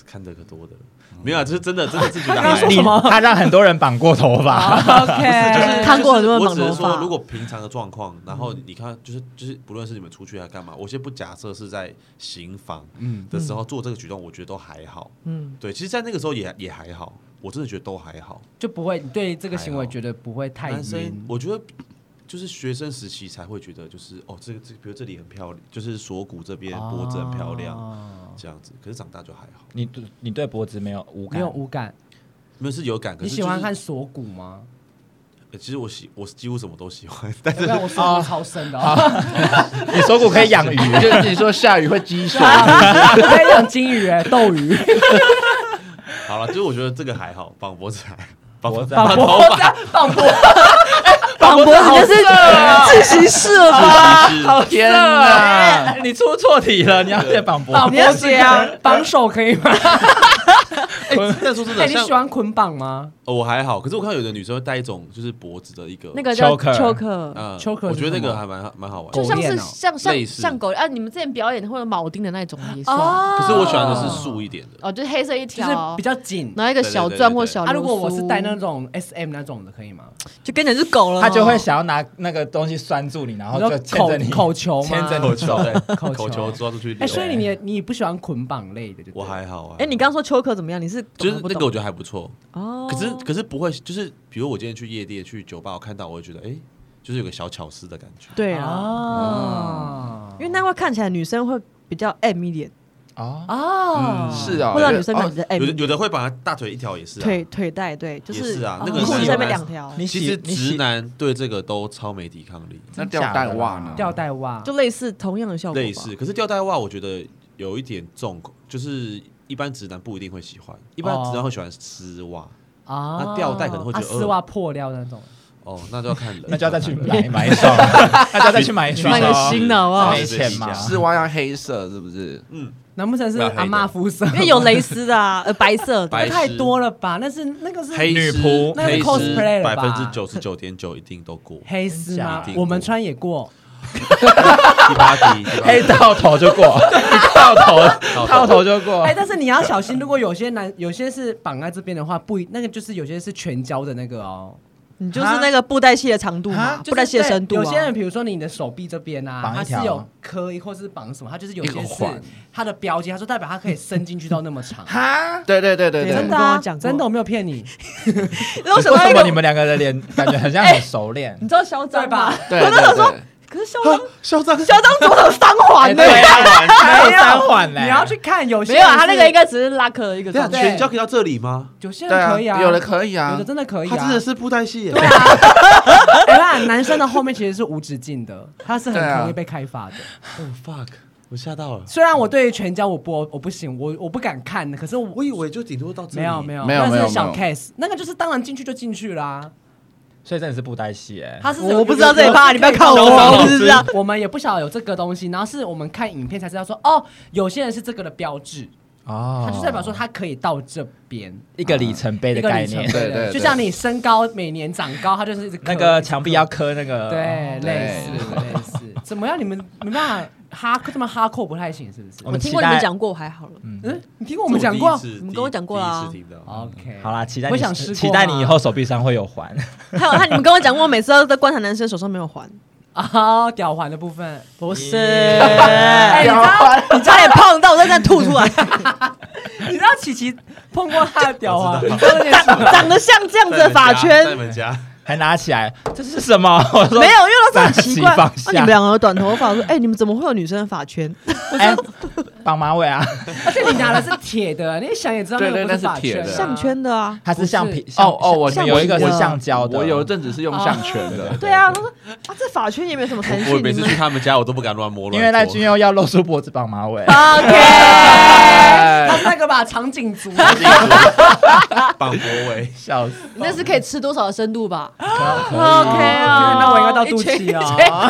Speaker 3: 看的可多的了，没有啊，就是真的，真的是觉 得
Speaker 1: 刚刚
Speaker 3: 还
Speaker 1: 说什
Speaker 5: 你
Speaker 1: 么
Speaker 5: 他让很多人绑过头发，
Speaker 1: 啊 OK，嗯
Speaker 4: 看过很多人
Speaker 3: 我
Speaker 4: 绑
Speaker 3: 只是
Speaker 4: 头
Speaker 3: 说，如
Speaker 4: 发，
Speaker 3: 果平常的状况，然后你看，就是就是，不论是你们出去还干嘛，我先不假设是在行房
Speaker 5: 嗯
Speaker 3: 的时候做这个举动，我觉得都还好。
Speaker 4: 嗯，
Speaker 3: 对，其实，在那个时候也也还好，我真的觉得都还好。
Speaker 1: 就不会，你对这个行为觉得不会太
Speaker 3: 男生
Speaker 1: 晕。
Speaker 3: 我觉得就是学生时期才会觉得，就是哦，这个这个，比如这里很漂亮，就是锁骨这边脖子很漂亮、
Speaker 1: 哦
Speaker 3: 这样子。可是长大就还好，
Speaker 5: 你对你对脖子没有无
Speaker 1: 没
Speaker 5: 感
Speaker 1: 有，无感。
Speaker 3: 没有是有感。可
Speaker 1: 你
Speaker 3: 是、呃
Speaker 1: 喜欢看、锁骨 吗？
Speaker 3: 其实我喜我几乎什么都喜欢， 但
Speaker 1: 要不然我锁骨超深的
Speaker 3: 啊
Speaker 1: 哦，
Speaker 5: 你锁骨可以养鱼，
Speaker 2: 就你说下雨会积 水，
Speaker 1: 还有养金鱼、哎斗 鱼、
Speaker 3: 好了，就是我觉得这个还好，绑脖子还好 绑
Speaker 5: 脖子 啊
Speaker 1: 绑脖子、绑 脖子，
Speaker 3: 哎
Speaker 4: 绑脖子就是
Speaker 5: 啊
Speaker 1: 哦
Speaker 4: 自习室了吧？
Speaker 3: 是
Speaker 2: 天哪！
Speaker 3: 哎
Speaker 5: 哎你出错题了，你要先绑脖
Speaker 1: 绑
Speaker 5: 子。
Speaker 4: 你要
Speaker 1: 脖子
Speaker 4: 写啊，
Speaker 1: 绑手可以吗？
Speaker 3: 哎，但说真
Speaker 1: 哎，
Speaker 3: 的，
Speaker 1: 你
Speaker 3: 像
Speaker 1: 喜欢捆绑吗？
Speaker 3: 哦我还好，可是我看到有的女生会戴一种就是脖子的一个
Speaker 7: 那个叫
Speaker 5: Choker
Speaker 7: 秋克，
Speaker 3: 呃
Speaker 1: choker
Speaker 3: 我觉得
Speaker 1: 是什
Speaker 3: 那
Speaker 1: 么
Speaker 3: 个还蛮蛮好玩
Speaker 7: 就
Speaker 3: 的。
Speaker 7: 像
Speaker 1: 狗
Speaker 7: 是
Speaker 1: 链哦
Speaker 7: 像像
Speaker 3: 类似
Speaker 7: 像狗啊，你们之前表演会有铆钉的那种也算，
Speaker 1: 哦
Speaker 3: 可是我喜欢的是竖一点的，
Speaker 7: 哦，就是黑色一
Speaker 1: 就是
Speaker 7: 条
Speaker 1: 比，较紧。
Speaker 7: 然后一个
Speaker 3: 对对
Speaker 7: 小
Speaker 3: 对
Speaker 7: 钻
Speaker 3: 对
Speaker 7: 或
Speaker 3: 对
Speaker 7: 小
Speaker 1: 啊，如果
Speaker 7: 流
Speaker 1: 我是
Speaker 7: 苏
Speaker 1: 戴那种 S M 那种的，可以吗？
Speaker 4: 就跟你讲是狗了，
Speaker 5: 他就
Speaker 7: 哦
Speaker 5: 会想要拿那个东西拴住你，然后
Speaker 1: 你
Speaker 5: 就
Speaker 1: 说
Speaker 5: 牵着你
Speaker 1: 口口球吗
Speaker 5: 牵着
Speaker 3: 口
Speaker 5: 你
Speaker 3: 球对
Speaker 1: 口球
Speaker 3: 口球抓出去
Speaker 1: 哎，
Speaker 3: 溜。
Speaker 1: 所以你也你也不喜欢捆绑类的，就对
Speaker 3: 我还好啊。
Speaker 4: 哎，你刚刚说秋克怎么样？你是
Speaker 3: 就
Speaker 4: 懂
Speaker 3: 是
Speaker 4: 还不
Speaker 3: 那
Speaker 4: 懂
Speaker 3: 个我觉得还不错，
Speaker 4: 哦，
Speaker 3: 可是可是不会，就是比如我今天去夜店去酒吧，我看到我会觉得哎，就是有个小巧思的感觉。
Speaker 4: 对啊，
Speaker 3: 哦
Speaker 1: 啊
Speaker 3: 嗯
Speaker 4: 因为那会看起来女生会比较 M 一点，
Speaker 5: 哦，
Speaker 1: 啊，
Speaker 3: 嗯
Speaker 2: 是啊，
Speaker 4: 不知道女生哪
Speaker 2: 哦
Speaker 4: 里的
Speaker 3: 有
Speaker 4: M
Speaker 3: 的有的会把它大腿一条也是啊，
Speaker 4: 腿腿带哎对，就嗯
Speaker 3: 也是啊那
Speaker 5: 个
Speaker 4: 裤子
Speaker 5: 是
Speaker 4: 下面
Speaker 5: 有
Speaker 4: 两条，
Speaker 5: 你
Speaker 3: 其实
Speaker 5: 喜你
Speaker 3: 直
Speaker 5: 喜
Speaker 3: 男对这个都超没抵抗力，
Speaker 2: 那吊带袜呢？
Speaker 1: 吊带袜，
Speaker 4: 就类似同样的效果吧，
Speaker 3: 类似。可是吊带袜我觉得有一点重口，就是一般直男不一定会喜欢，一般直男会喜欢丝袜。
Speaker 1: 啊，
Speaker 3: 那吊带可能会觉得
Speaker 1: 啊丝袜破掉那种。
Speaker 3: 哦，那就要看人，
Speaker 5: 那就要再 去买买一双， 那就要再去买一双
Speaker 4: 买个
Speaker 5: 哦，
Speaker 4: 新的好不好
Speaker 5: 没
Speaker 3: 啊
Speaker 5: 钱嘛
Speaker 2: 丝袜要黑色是不是？
Speaker 1: 难不成是
Speaker 3: 不要黑的
Speaker 1: 阿妈肤色？
Speaker 4: 因为有蕾丝的啊，呃，白色的
Speaker 3: 白
Speaker 1: 那太
Speaker 3: 丝
Speaker 1: 多了吧？那是那个是
Speaker 3: 黑
Speaker 5: 女
Speaker 3: 丝
Speaker 5: 仆
Speaker 1: 那是
Speaker 3: 黑丝
Speaker 1: cosplay 了
Speaker 3: 百分
Speaker 1: 吧
Speaker 3: 之九十九点九一定都过，
Speaker 1: 黑丝
Speaker 5: 真
Speaker 1: 吗
Speaker 5: 假
Speaker 3: 一定？
Speaker 1: 我们
Speaker 3: 过
Speaker 1: 穿也过，
Speaker 3: 第八题， 第八
Speaker 5: 黑
Speaker 3: 题
Speaker 5: 到头就 过，一到头到头就过
Speaker 3: 哦
Speaker 1: 哎，，但是你要小心，如果有些男有些是绑在这边的话，不一那个就是有些是全胶的那个哦，
Speaker 4: 你就是那个布袋戏的长度
Speaker 5: 啊
Speaker 4: 嘛，
Speaker 1: 就是
Speaker 4: 布袋戏的
Speaker 1: 对
Speaker 4: 深度啊。
Speaker 1: 有些人比如说你的手臂这边啊，
Speaker 5: 绑一
Speaker 1: 它是
Speaker 5: 条。
Speaker 1: 有磕一或是绑什么，它就是有
Speaker 2: 一
Speaker 1: 些
Speaker 2: 个
Speaker 1: 是
Speaker 2: 环
Speaker 1: 它的标记，它说代表它可以伸进去到那么长
Speaker 5: 哈，
Speaker 2: 对对对对
Speaker 4: 对
Speaker 2: 对
Speaker 1: 真的
Speaker 4: 跟
Speaker 1: 啊
Speaker 4: 我讲，过
Speaker 1: 真的我没有骗你，
Speaker 4: 然后
Speaker 5: 为
Speaker 4: 想到
Speaker 5: 什
Speaker 4: 一
Speaker 5: 么
Speaker 4: 个，
Speaker 5: 你们两个的脸感觉很像很熟练
Speaker 4: 你？知道嚣张吗？
Speaker 2: 对。
Speaker 4: 我都
Speaker 2: 对
Speaker 4: 想说
Speaker 2: 对，
Speaker 4: 可是嚣张，
Speaker 3: 嚣张
Speaker 4: 嚣张怎么有三
Speaker 5: 哎
Speaker 4: 环呢？
Speaker 5: 对啊，还有
Speaker 1: 没有
Speaker 5: 三环嘞，
Speaker 1: 你要去看有些
Speaker 7: 哎没有啊，
Speaker 1: 人
Speaker 7: 他那
Speaker 1: 是
Speaker 7: 个应该只是啊拉客的一个
Speaker 3: 等一下
Speaker 7: 状态。
Speaker 3: 全交可以到这里吗？
Speaker 1: 有些
Speaker 2: 对
Speaker 1: 人
Speaker 2: 啊，
Speaker 1: 可以啊，
Speaker 2: 有的可以啊
Speaker 1: 有的，真的可以
Speaker 3: 他
Speaker 1: 啊
Speaker 3: 真的。是布袋戏耶，
Speaker 1: 哎啦，男生的后面其实是无止境的，它是很
Speaker 2: 对啊
Speaker 1: 容易被开发的。
Speaker 3: 哦 fuck，我吓到了，
Speaker 1: 虽然我对于全交我不我不行，我我不敢看，可是我
Speaker 3: 我以为就顶多到这里，
Speaker 1: 没有没有
Speaker 2: 没有没
Speaker 1: 那
Speaker 2: 有
Speaker 1: 是小
Speaker 2: 没
Speaker 1: case，那个就是当然进去就进去啦。
Speaker 5: 所以真的是布袋戏哎，
Speaker 1: 他是
Speaker 4: 我不知道这一趴，你不要看
Speaker 3: 嚣张
Speaker 4: 我，
Speaker 3: 老
Speaker 4: 我
Speaker 3: 师
Speaker 4: 不知道。
Speaker 1: 我们也不晓得有这个东西，然后是我们看影片才知道说，哦，有些人是这个的标志，
Speaker 5: 哦
Speaker 1: 它就代表说他可以到这边。
Speaker 5: 一个里程碑
Speaker 1: 一
Speaker 5: 的
Speaker 1: 个
Speaker 5: 概
Speaker 1: 里程
Speaker 5: 念
Speaker 1: 碑，
Speaker 2: 对对
Speaker 1: 的，
Speaker 2: 对
Speaker 1: 就像你身高每年长高，它就是一直磕
Speaker 5: 那个墙壁要磕那个，
Speaker 1: 对，类似
Speaker 2: 对对
Speaker 1: 类似，怎么样？你们没办法哈这么哈扣不太行，是不
Speaker 5: 我
Speaker 1: 是？
Speaker 5: 们
Speaker 4: 我
Speaker 5: 期
Speaker 4: 听过你们
Speaker 5: 待
Speaker 4: 讲过，我还好了。
Speaker 1: 嗯，你听过我们讲过
Speaker 3: 这第一次
Speaker 4: 你们跟我讲过啦
Speaker 3: 第一次听到。
Speaker 1: ？OK，
Speaker 5: 好啦，期待你
Speaker 1: 我想试过
Speaker 5: 期待
Speaker 1: 吗
Speaker 5: 你以后手臂上会有环，
Speaker 4: 还有，还有你们跟我讲过，每次都在观察男生手上没有环，
Speaker 1: 啊，吊环的部分，
Speaker 4: 不 是？
Speaker 1: 哎，你知道
Speaker 4: 你差点碰到，我在那吐出来，
Speaker 1: 你知道琪琪碰过他的吊环，
Speaker 3: 我知道
Speaker 1: 你知道那件事吗
Speaker 4: 长得像这样子的发
Speaker 3: 在你
Speaker 4: 圈，
Speaker 3: 们家，
Speaker 5: 还拿起来，这是什么？ 我说
Speaker 4: 没有，因为都是很奇怪。
Speaker 5: 把
Speaker 4: 啊
Speaker 5: 自己放下
Speaker 4: 你们两个短头发，我说哎，你们怎么会有女生的发圈？
Speaker 5: 哎，绑马尾啊，
Speaker 1: 而且你拿的是铁的，你想也知道那
Speaker 2: 对
Speaker 1: 个
Speaker 2: 对
Speaker 1: 不
Speaker 2: 那是
Speaker 1: 法
Speaker 2: 铁的
Speaker 4: 项。圈的啊。
Speaker 5: 它是橡皮
Speaker 1: 不，
Speaker 5: 橡
Speaker 2: 哦哦我
Speaker 5: 橡
Speaker 4: 像
Speaker 5: 有一个
Speaker 4: 我
Speaker 5: 是
Speaker 4: 的
Speaker 5: 橡胶的，
Speaker 2: 我有一阵子是用项圈 的，
Speaker 4: 对啊，他说啊，这发圈也没什么弹
Speaker 3: 我
Speaker 4: 性。
Speaker 3: 我每
Speaker 4: 你
Speaker 3: 次
Speaker 4: 们
Speaker 3: 去他们家，我都不敢乱摸乱
Speaker 5: 因为赖
Speaker 3: 做
Speaker 5: 君佑要露出脖子绑马尾，
Speaker 4: OK，
Speaker 1: 他是那个吧，长颈族，
Speaker 3: 自己做绑脖围，
Speaker 5: 笑死。
Speaker 7: 你那是可以吃多少的深度吧？
Speaker 5: 可以
Speaker 4: 啊
Speaker 1: 哦那我应该到肚脐啊。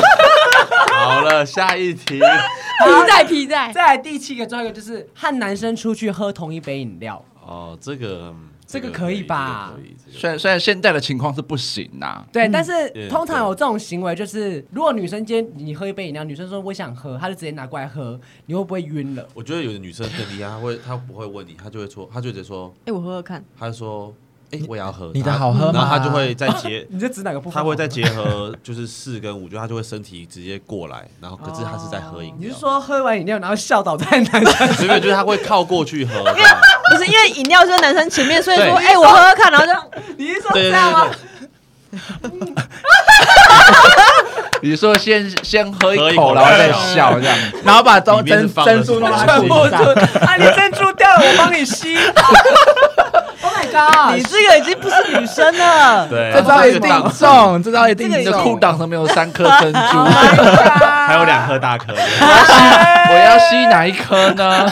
Speaker 3: 好了，下一题，
Speaker 7: 皮带皮带，
Speaker 1: 再来第七个，最后一个就是和男生出去喝同一杯饮料，
Speaker 3: 哦，这个嗯
Speaker 1: 这个可以吧
Speaker 3: 这个可以这个
Speaker 2: 虽然虽然现在的情况是不行啊呐，
Speaker 1: 对，但是
Speaker 3: 嗯
Speaker 1: 通常有这种行为，就是如果女生今天你喝一杯饮料，女生说我想喝，她就直接拿过来喝，你会不会晕了？
Speaker 3: 我觉得有的女生更厉害，她会她不会问你，她就会说，她就直接说，
Speaker 4: 哎，我喝喝看。
Speaker 3: 她就说，哎，我也要喝
Speaker 5: 你的
Speaker 3: 她
Speaker 5: 好喝吗
Speaker 3: 然后她就会再 结，
Speaker 1: 你这指哪个部分？
Speaker 3: 她会再结合就是四跟五，就她就会身体直接过来，然后可是她是在喝饮料，
Speaker 1: 哦你是说喝完饮料然后笑倒在男生？
Speaker 3: 没有？没有，就是她会靠过去喝，这 样
Speaker 4: 不是因为饮料就是男生前面，所以说，
Speaker 3: 对
Speaker 4: 哎、我喝喝看，然后就
Speaker 1: 你是说
Speaker 3: 对
Speaker 1: 这
Speaker 3: 对
Speaker 1: 样吗
Speaker 3: 对？
Speaker 2: 你说先先喝
Speaker 3: 喝一
Speaker 2: 一
Speaker 3: 口
Speaker 2: 口，然后再
Speaker 3: 再笑
Speaker 2: 笑这样子，
Speaker 5: 然后把珍
Speaker 3: 里面是
Speaker 5: 珍
Speaker 3: 放了
Speaker 5: 珍珠弄到
Speaker 3: 什
Speaker 5: 他
Speaker 3: 么
Speaker 1: 全
Speaker 5: 脖
Speaker 1: 部
Speaker 5: 子上，
Speaker 1: 就啊！你珍珠掉了，我帮你吸。Oh my
Speaker 4: 你
Speaker 1: god！
Speaker 4: 这个已经不是女生 了。
Speaker 3: 对，
Speaker 5: 这招一
Speaker 3: 这个
Speaker 5: 定啊中，这招一
Speaker 2: 你
Speaker 5: 定
Speaker 2: 的裤
Speaker 5: 中。哎
Speaker 2: 裆上面有三颗珍珠，
Speaker 3: 还有两颗大颗的。
Speaker 2: 我要吸哪一颗呢？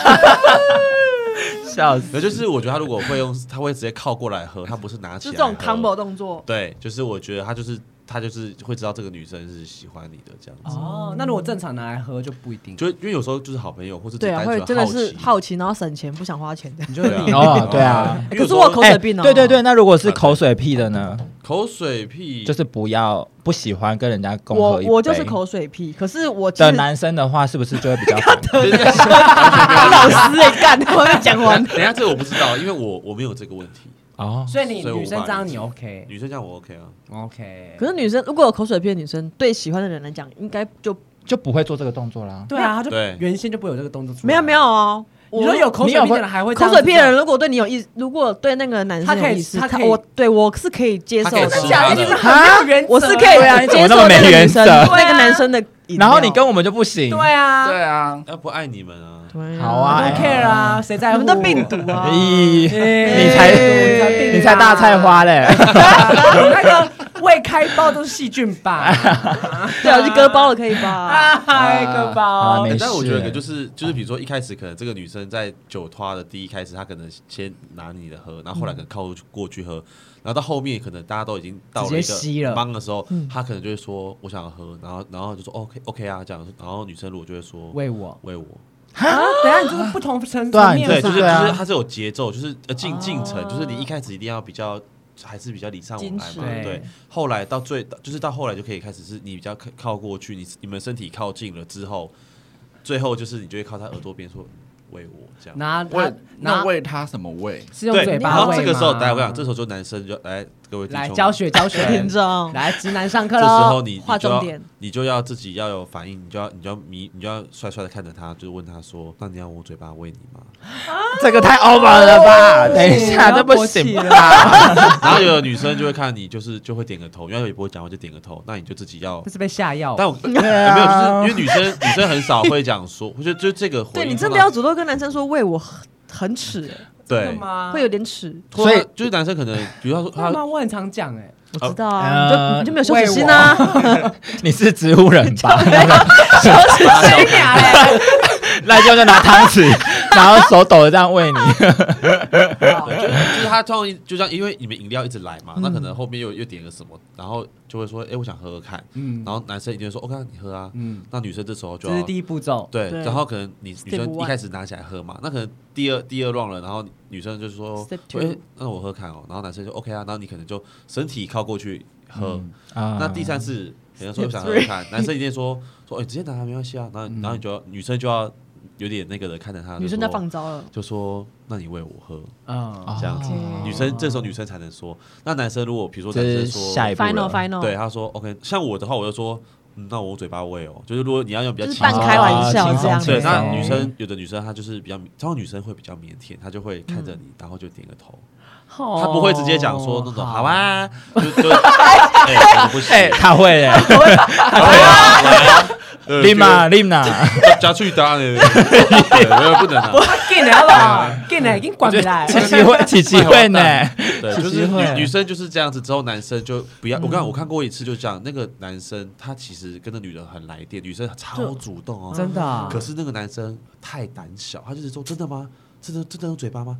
Speaker 5: 笑死！
Speaker 3: 那就是我觉得他如果会用，他会直接靠过来喝，他不是拿起
Speaker 4: 就
Speaker 3: 来
Speaker 4: 这
Speaker 3: 喝。
Speaker 4: 种 combo 动作，
Speaker 3: 对，就是我觉得他就是他就是会知道这个女生是喜欢你的这样子。
Speaker 1: 哦，那如果正常拿来喝就不一定，
Speaker 3: 就因为有时候就是好朋友，或是
Speaker 4: 对啊，
Speaker 3: 单
Speaker 4: 会
Speaker 3: 纯
Speaker 4: 真的是
Speaker 3: 好
Speaker 4: 好奇，然后省钱，不想花钱的。
Speaker 1: 你就会
Speaker 3: 对
Speaker 1: 避
Speaker 3: 啊
Speaker 5: 哦，对啊。
Speaker 3: 奇。因为有
Speaker 4: 可是
Speaker 3: 时
Speaker 4: 我
Speaker 3: 候
Speaker 4: 有口水病哦，
Speaker 5: 对对对，，那如果是口水屁的呢？
Speaker 3: 口水屁，
Speaker 5: 就是不要不喜欢跟人家共
Speaker 4: 我
Speaker 5: 喝一杯
Speaker 4: 我就是口水屁，可是我其
Speaker 5: 的
Speaker 4: 实
Speaker 5: 男生的话，是不是就会比较 烦？
Speaker 4: 老师哎，干，我还没讲完。
Speaker 3: 等一下这个我不知道，因为我我没有这个问题。
Speaker 5: 哦，
Speaker 1: 所以你
Speaker 3: 所以我
Speaker 1: 女生
Speaker 3: 骂
Speaker 1: 这样你
Speaker 3: 你
Speaker 1: OK
Speaker 3: 女生这样我 OK 啊，
Speaker 1: OK，
Speaker 4: 可是女生如果有口水屁的女生，对喜欢的人来讲，应该就
Speaker 5: 就不会做这个动作啦。
Speaker 1: 对啊，她就
Speaker 3: 对
Speaker 1: 原先就不会有这个动作出来，
Speaker 4: 没有没有，哦。
Speaker 1: 你说有口水
Speaker 5: 你有
Speaker 1: 屁的
Speaker 5: 会
Speaker 1: 人还会这
Speaker 4: 口
Speaker 1: 样
Speaker 4: 水
Speaker 1: 子
Speaker 4: 屁的人，
Speaker 1: 做
Speaker 4: 如果对你有意，如果对那个男生
Speaker 1: 他可
Speaker 4: 有
Speaker 1: 以
Speaker 4: 意思，
Speaker 1: 他
Speaker 4: 他
Speaker 1: 可以
Speaker 4: 我对我是可以接受
Speaker 3: 他可以吃
Speaker 1: 真
Speaker 3: 其
Speaker 1: 假
Speaker 3: 他
Speaker 1: 的
Speaker 3: 的
Speaker 1: 你是很没
Speaker 4: 啊
Speaker 1: 有原，则
Speaker 4: 我是可
Speaker 1: 对啊
Speaker 4: 以接受那
Speaker 5: 你怎么那么没
Speaker 4: 个女
Speaker 5: 原则
Speaker 4: 生那个
Speaker 1: 对啊
Speaker 4: 男生的饮料，
Speaker 5: 然后你跟我们就不行，
Speaker 1: 对啊，
Speaker 2: 对啊，
Speaker 3: 那不爱你们啊。
Speaker 4: 对
Speaker 5: 好啊
Speaker 1: don't care 啊，谁在
Speaker 4: 你
Speaker 1: 乎？
Speaker 4: 们的病毒 啊，
Speaker 5: 咦，
Speaker 1: 哎，
Speaker 5: 你才
Speaker 1: 你才病啊
Speaker 5: 你才大菜花 嘞！
Speaker 1: 那个未开包都是细菌吧？
Speaker 4: 对啊，就割包了可以吧？
Speaker 1: 嗨，个
Speaker 5: 啊
Speaker 1: 包
Speaker 5: 没。
Speaker 3: 欸但我觉得可
Speaker 5: 事
Speaker 3: 就是就是，比
Speaker 1: 哦
Speaker 3: 如说一开始可能这个女生在酒托的第一开始，她可能先拿你的喝，然后后来可能靠过去过去喝，然后到后面可能大家都已经到了一
Speaker 1: 直接吸了嗯
Speaker 3: 个忙的时候，她可能就会说我想喝，然后然后就说 OK OK 啊这样，然后女生如果就会说
Speaker 1: 喂我
Speaker 3: 喂我，
Speaker 1: 啊！等一下你这是不同层
Speaker 5: 对啊
Speaker 1: 层面
Speaker 3: 对，
Speaker 5: 是
Speaker 3: 就是
Speaker 5: 对
Speaker 3: 就
Speaker 5: 啊
Speaker 3: 是它是有节奏，就是呃进进程，就是你一开始一定要比较。还是比较礼尚往来
Speaker 7: 矜持
Speaker 3: 嘛，对
Speaker 1: 对。
Speaker 3: 后来到最，就是到后来就可以开始是你比较靠靠过去，你你们身体靠近了之后，最后就是你就会靠他耳朵边说喂我这样。
Speaker 1: 拿拿
Speaker 2: 喂，那
Speaker 1: 拿
Speaker 2: 喂他什么喂？
Speaker 1: 是用
Speaker 3: 对，
Speaker 1: 嘴
Speaker 3: 然
Speaker 1: 巴
Speaker 3: 后
Speaker 1: 喂
Speaker 3: 这个时候，
Speaker 1: 吗
Speaker 3: 大家我想，这时候就男生就来各位弟
Speaker 1: 来
Speaker 3: 兄
Speaker 1: 教学哦教学，
Speaker 4: 听众，
Speaker 1: 来直男上课
Speaker 3: 这
Speaker 1: 喽。
Speaker 3: 时候你
Speaker 4: 划
Speaker 3: 你就
Speaker 4: 重
Speaker 3: 要
Speaker 4: 点
Speaker 3: 你就要自己要有反应，你就要你就要迷，你就要帅帅的看着他，就是问他说：“那你要我嘴巴喂你吗
Speaker 5: 这个太 over 了吧？等一下，
Speaker 1: 哦不
Speaker 5: 这
Speaker 1: 行
Speaker 5: 不行
Speaker 1: 我要
Speaker 5: 吧？？”
Speaker 3: 然后有的女生就会看你，就是就会点个头，因为也不会讲话就点个头，那你就自己要
Speaker 1: 这。是被下药。
Speaker 3: 但我、呃
Speaker 5: 啊
Speaker 3: 没有，就是因为女生女生很少会讲说，我觉得就是这个回应
Speaker 4: 对你
Speaker 3: 通
Speaker 4: 真的
Speaker 3: 常
Speaker 4: 要主动跟男生说喂我很很耻，
Speaker 1: 真的
Speaker 3: 对，
Speaker 1: 吗？
Speaker 4: 会有点耻，
Speaker 3: 所
Speaker 5: 所以
Speaker 3: 以就是男生可能，比如他说
Speaker 1: 真的
Speaker 3: 他
Speaker 1: 吗？我很常讲哎，
Speaker 4: 我知道啊，
Speaker 5: 呃
Speaker 4: 你就你就没有羞耻心啊，
Speaker 5: 你是植物人吧？
Speaker 4: 羞耻心俩嘞，
Speaker 5: 那就就拿汤匙，然后手抖着这样 喂你。
Speaker 3: 对，就是就是他通常就像因为你们饮料一直来嘛，那可能后面又又点个什么，然后就会说，哎、我想喝喝看，
Speaker 1: 嗯
Speaker 3: 然后男生一定会说，OK，你喝啊，
Speaker 1: 嗯，
Speaker 3: 那女生这时候就
Speaker 1: 这
Speaker 3: 要
Speaker 1: 是第一步骤。
Speaker 3: 对，
Speaker 4: 对
Speaker 3: 然后可能你
Speaker 4: Step
Speaker 3: 女生
Speaker 4: one
Speaker 3: 一开始拿起来喝嘛，那可能第二第二 round 了，然后女生就说
Speaker 4: Step，two
Speaker 3: 哎，那我喝看哦，然后男生就 OK 啊，然后你可能就身体靠过去喝，
Speaker 5: 啊
Speaker 3: 那第三次可能说
Speaker 4: Step
Speaker 3: 我想喝
Speaker 4: three
Speaker 3: 看，男生一定说说，哎，直接拿啊没关系啊，然
Speaker 5: 嗯
Speaker 3: 后然后你就要女生就要有点那个的看着他，
Speaker 4: 女生
Speaker 3: 就
Speaker 4: 在
Speaker 3: 说
Speaker 4: 放招了，
Speaker 3: 就说那你喂我喝
Speaker 5: 哦
Speaker 1: 嗯，
Speaker 3: 这样子，女
Speaker 4: 哦
Speaker 3: 生这时候女生才能说，那男生如果比如
Speaker 5: 这
Speaker 3: 说男
Speaker 5: 是
Speaker 3: 生说
Speaker 5: 下一步了
Speaker 4: final final，
Speaker 3: 对，他说 OK，像我的话，我就说，嗯那我用嘴巴喂哦，就是如果你要用比较
Speaker 4: 就是
Speaker 3: 轻
Speaker 4: 半
Speaker 3: 松
Speaker 4: 开玩笑
Speaker 5: 啊
Speaker 4: 这样子
Speaker 3: 对，那
Speaker 5: 轻松
Speaker 3: 女生有的女生她就是比较，通常女生会比较腼腆，她就会看着你，然后就点个头，她不会直接讲
Speaker 1: 哦
Speaker 3: 说那种好啊，就就 哎，可能不行，啊
Speaker 5: 哎，他会 嘞，Lima Lima，
Speaker 3: 加去搭呢， 对没有不能啊，
Speaker 1: 进来 了，进来，给你管回来。
Speaker 5: 琪琪会琪琪会呢。
Speaker 3: 对，
Speaker 5: 其
Speaker 3: 就
Speaker 5: 实
Speaker 3: 是
Speaker 5: 会
Speaker 3: 女女生就是这样子，之后男生就不要。我刚我看过一次，就这样，那个男生他其实跟那女人很来电，女生超主动哦，
Speaker 1: 真的啊
Speaker 3: 可是那个男生太胆小，他就是说真的吗？真的真的用嘴巴吗？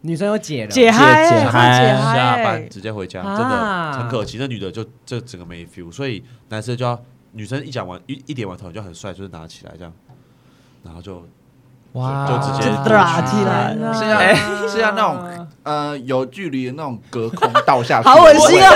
Speaker 1: 女生又解了，
Speaker 4: 解嗨，
Speaker 5: 解
Speaker 4: 解
Speaker 5: 嗨
Speaker 4: 解
Speaker 3: 下
Speaker 4: 嗨
Speaker 3: 班，直接回家，真
Speaker 1: 啊
Speaker 3: 的很可惜。那女的就这整个没 feel，所以男生就要女生一讲完一一点完头就很帅，就是拿起来这样，然后就
Speaker 5: 哇
Speaker 3: 就直接
Speaker 4: 就拉起来了，
Speaker 2: 是
Speaker 1: 哎
Speaker 2: 要是要那种呃有距离的那种隔空倒下去，
Speaker 4: 好恶心啊，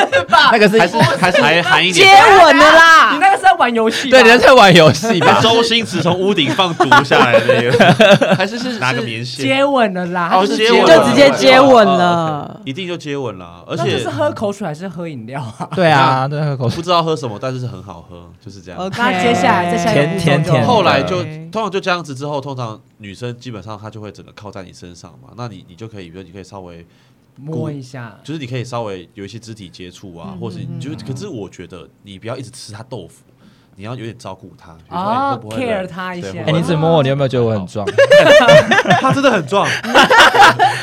Speaker 5: 那个是
Speaker 2: 还是还是
Speaker 3: 还含一
Speaker 4: 接
Speaker 3: 点。
Speaker 4: 吻的
Speaker 1: 你
Speaker 4: 啦，
Speaker 1: 那个是在玩游戏吧？
Speaker 5: 对，你在玩游戏吧？
Speaker 3: 周星驰从屋顶放毒下来的那个，
Speaker 2: 还是是
Speaker 3: 拿个
Speaker 2: 是
Speaker 3: 棉线，
Speaker 1: 接吻了啦，他
Speaker 3: 哦
Speaker 1: 就是
Speaker 3: 接吻
Speaker 4: 就直接接吻
Speaker 2: 哦
Speaker 4: 了，
Speaker 3: 一定就接吻了，而
Speaker 1: 那这
Speaker 3: 且
Speaker 1: 是喝口水还是喝饮料 啊？
Speaker 5: 对啊，对，喝口水
Speaker 3: 不知道喝什么，但是是很好喝，就是这样。
Speaker 4: OK
Speaker 1: 那接下来再下一个步骤
Speaker 5: 甜甜
Speaker 1: 就
Speaker 5: 甜的
Speaker 3: 后来就
Speaker 4: OK
Speaker 3: 通常就这样子之后，通常女生基本上她就会整个靠在你身上嘛，那你你就可以，比如你可以稍微，
Speaker 1: 摸一下，
Speaker 3: 就是你可以稍微有一些肢体接触啊，
Speaker 4: 嗯
Speaker 3: 或是
Speaker 4: 嗯
Speaker 3: 你就是，可是我觉得你不要一直吃她豆腐，你要有点照顾她，比如说
Speaker 1: 哦
Speaker 3: 哎会不会冷
Speaker 1: care 她一
Speaker 3: 对
Speaker 1: 下
Speaker 3: 会
Speaker 5: 哎，
Speaker 3: 不会
Speaker 5: 你只摸我，你有没有觉得我很壮？
Speaker 3: 冷她真的 很壮，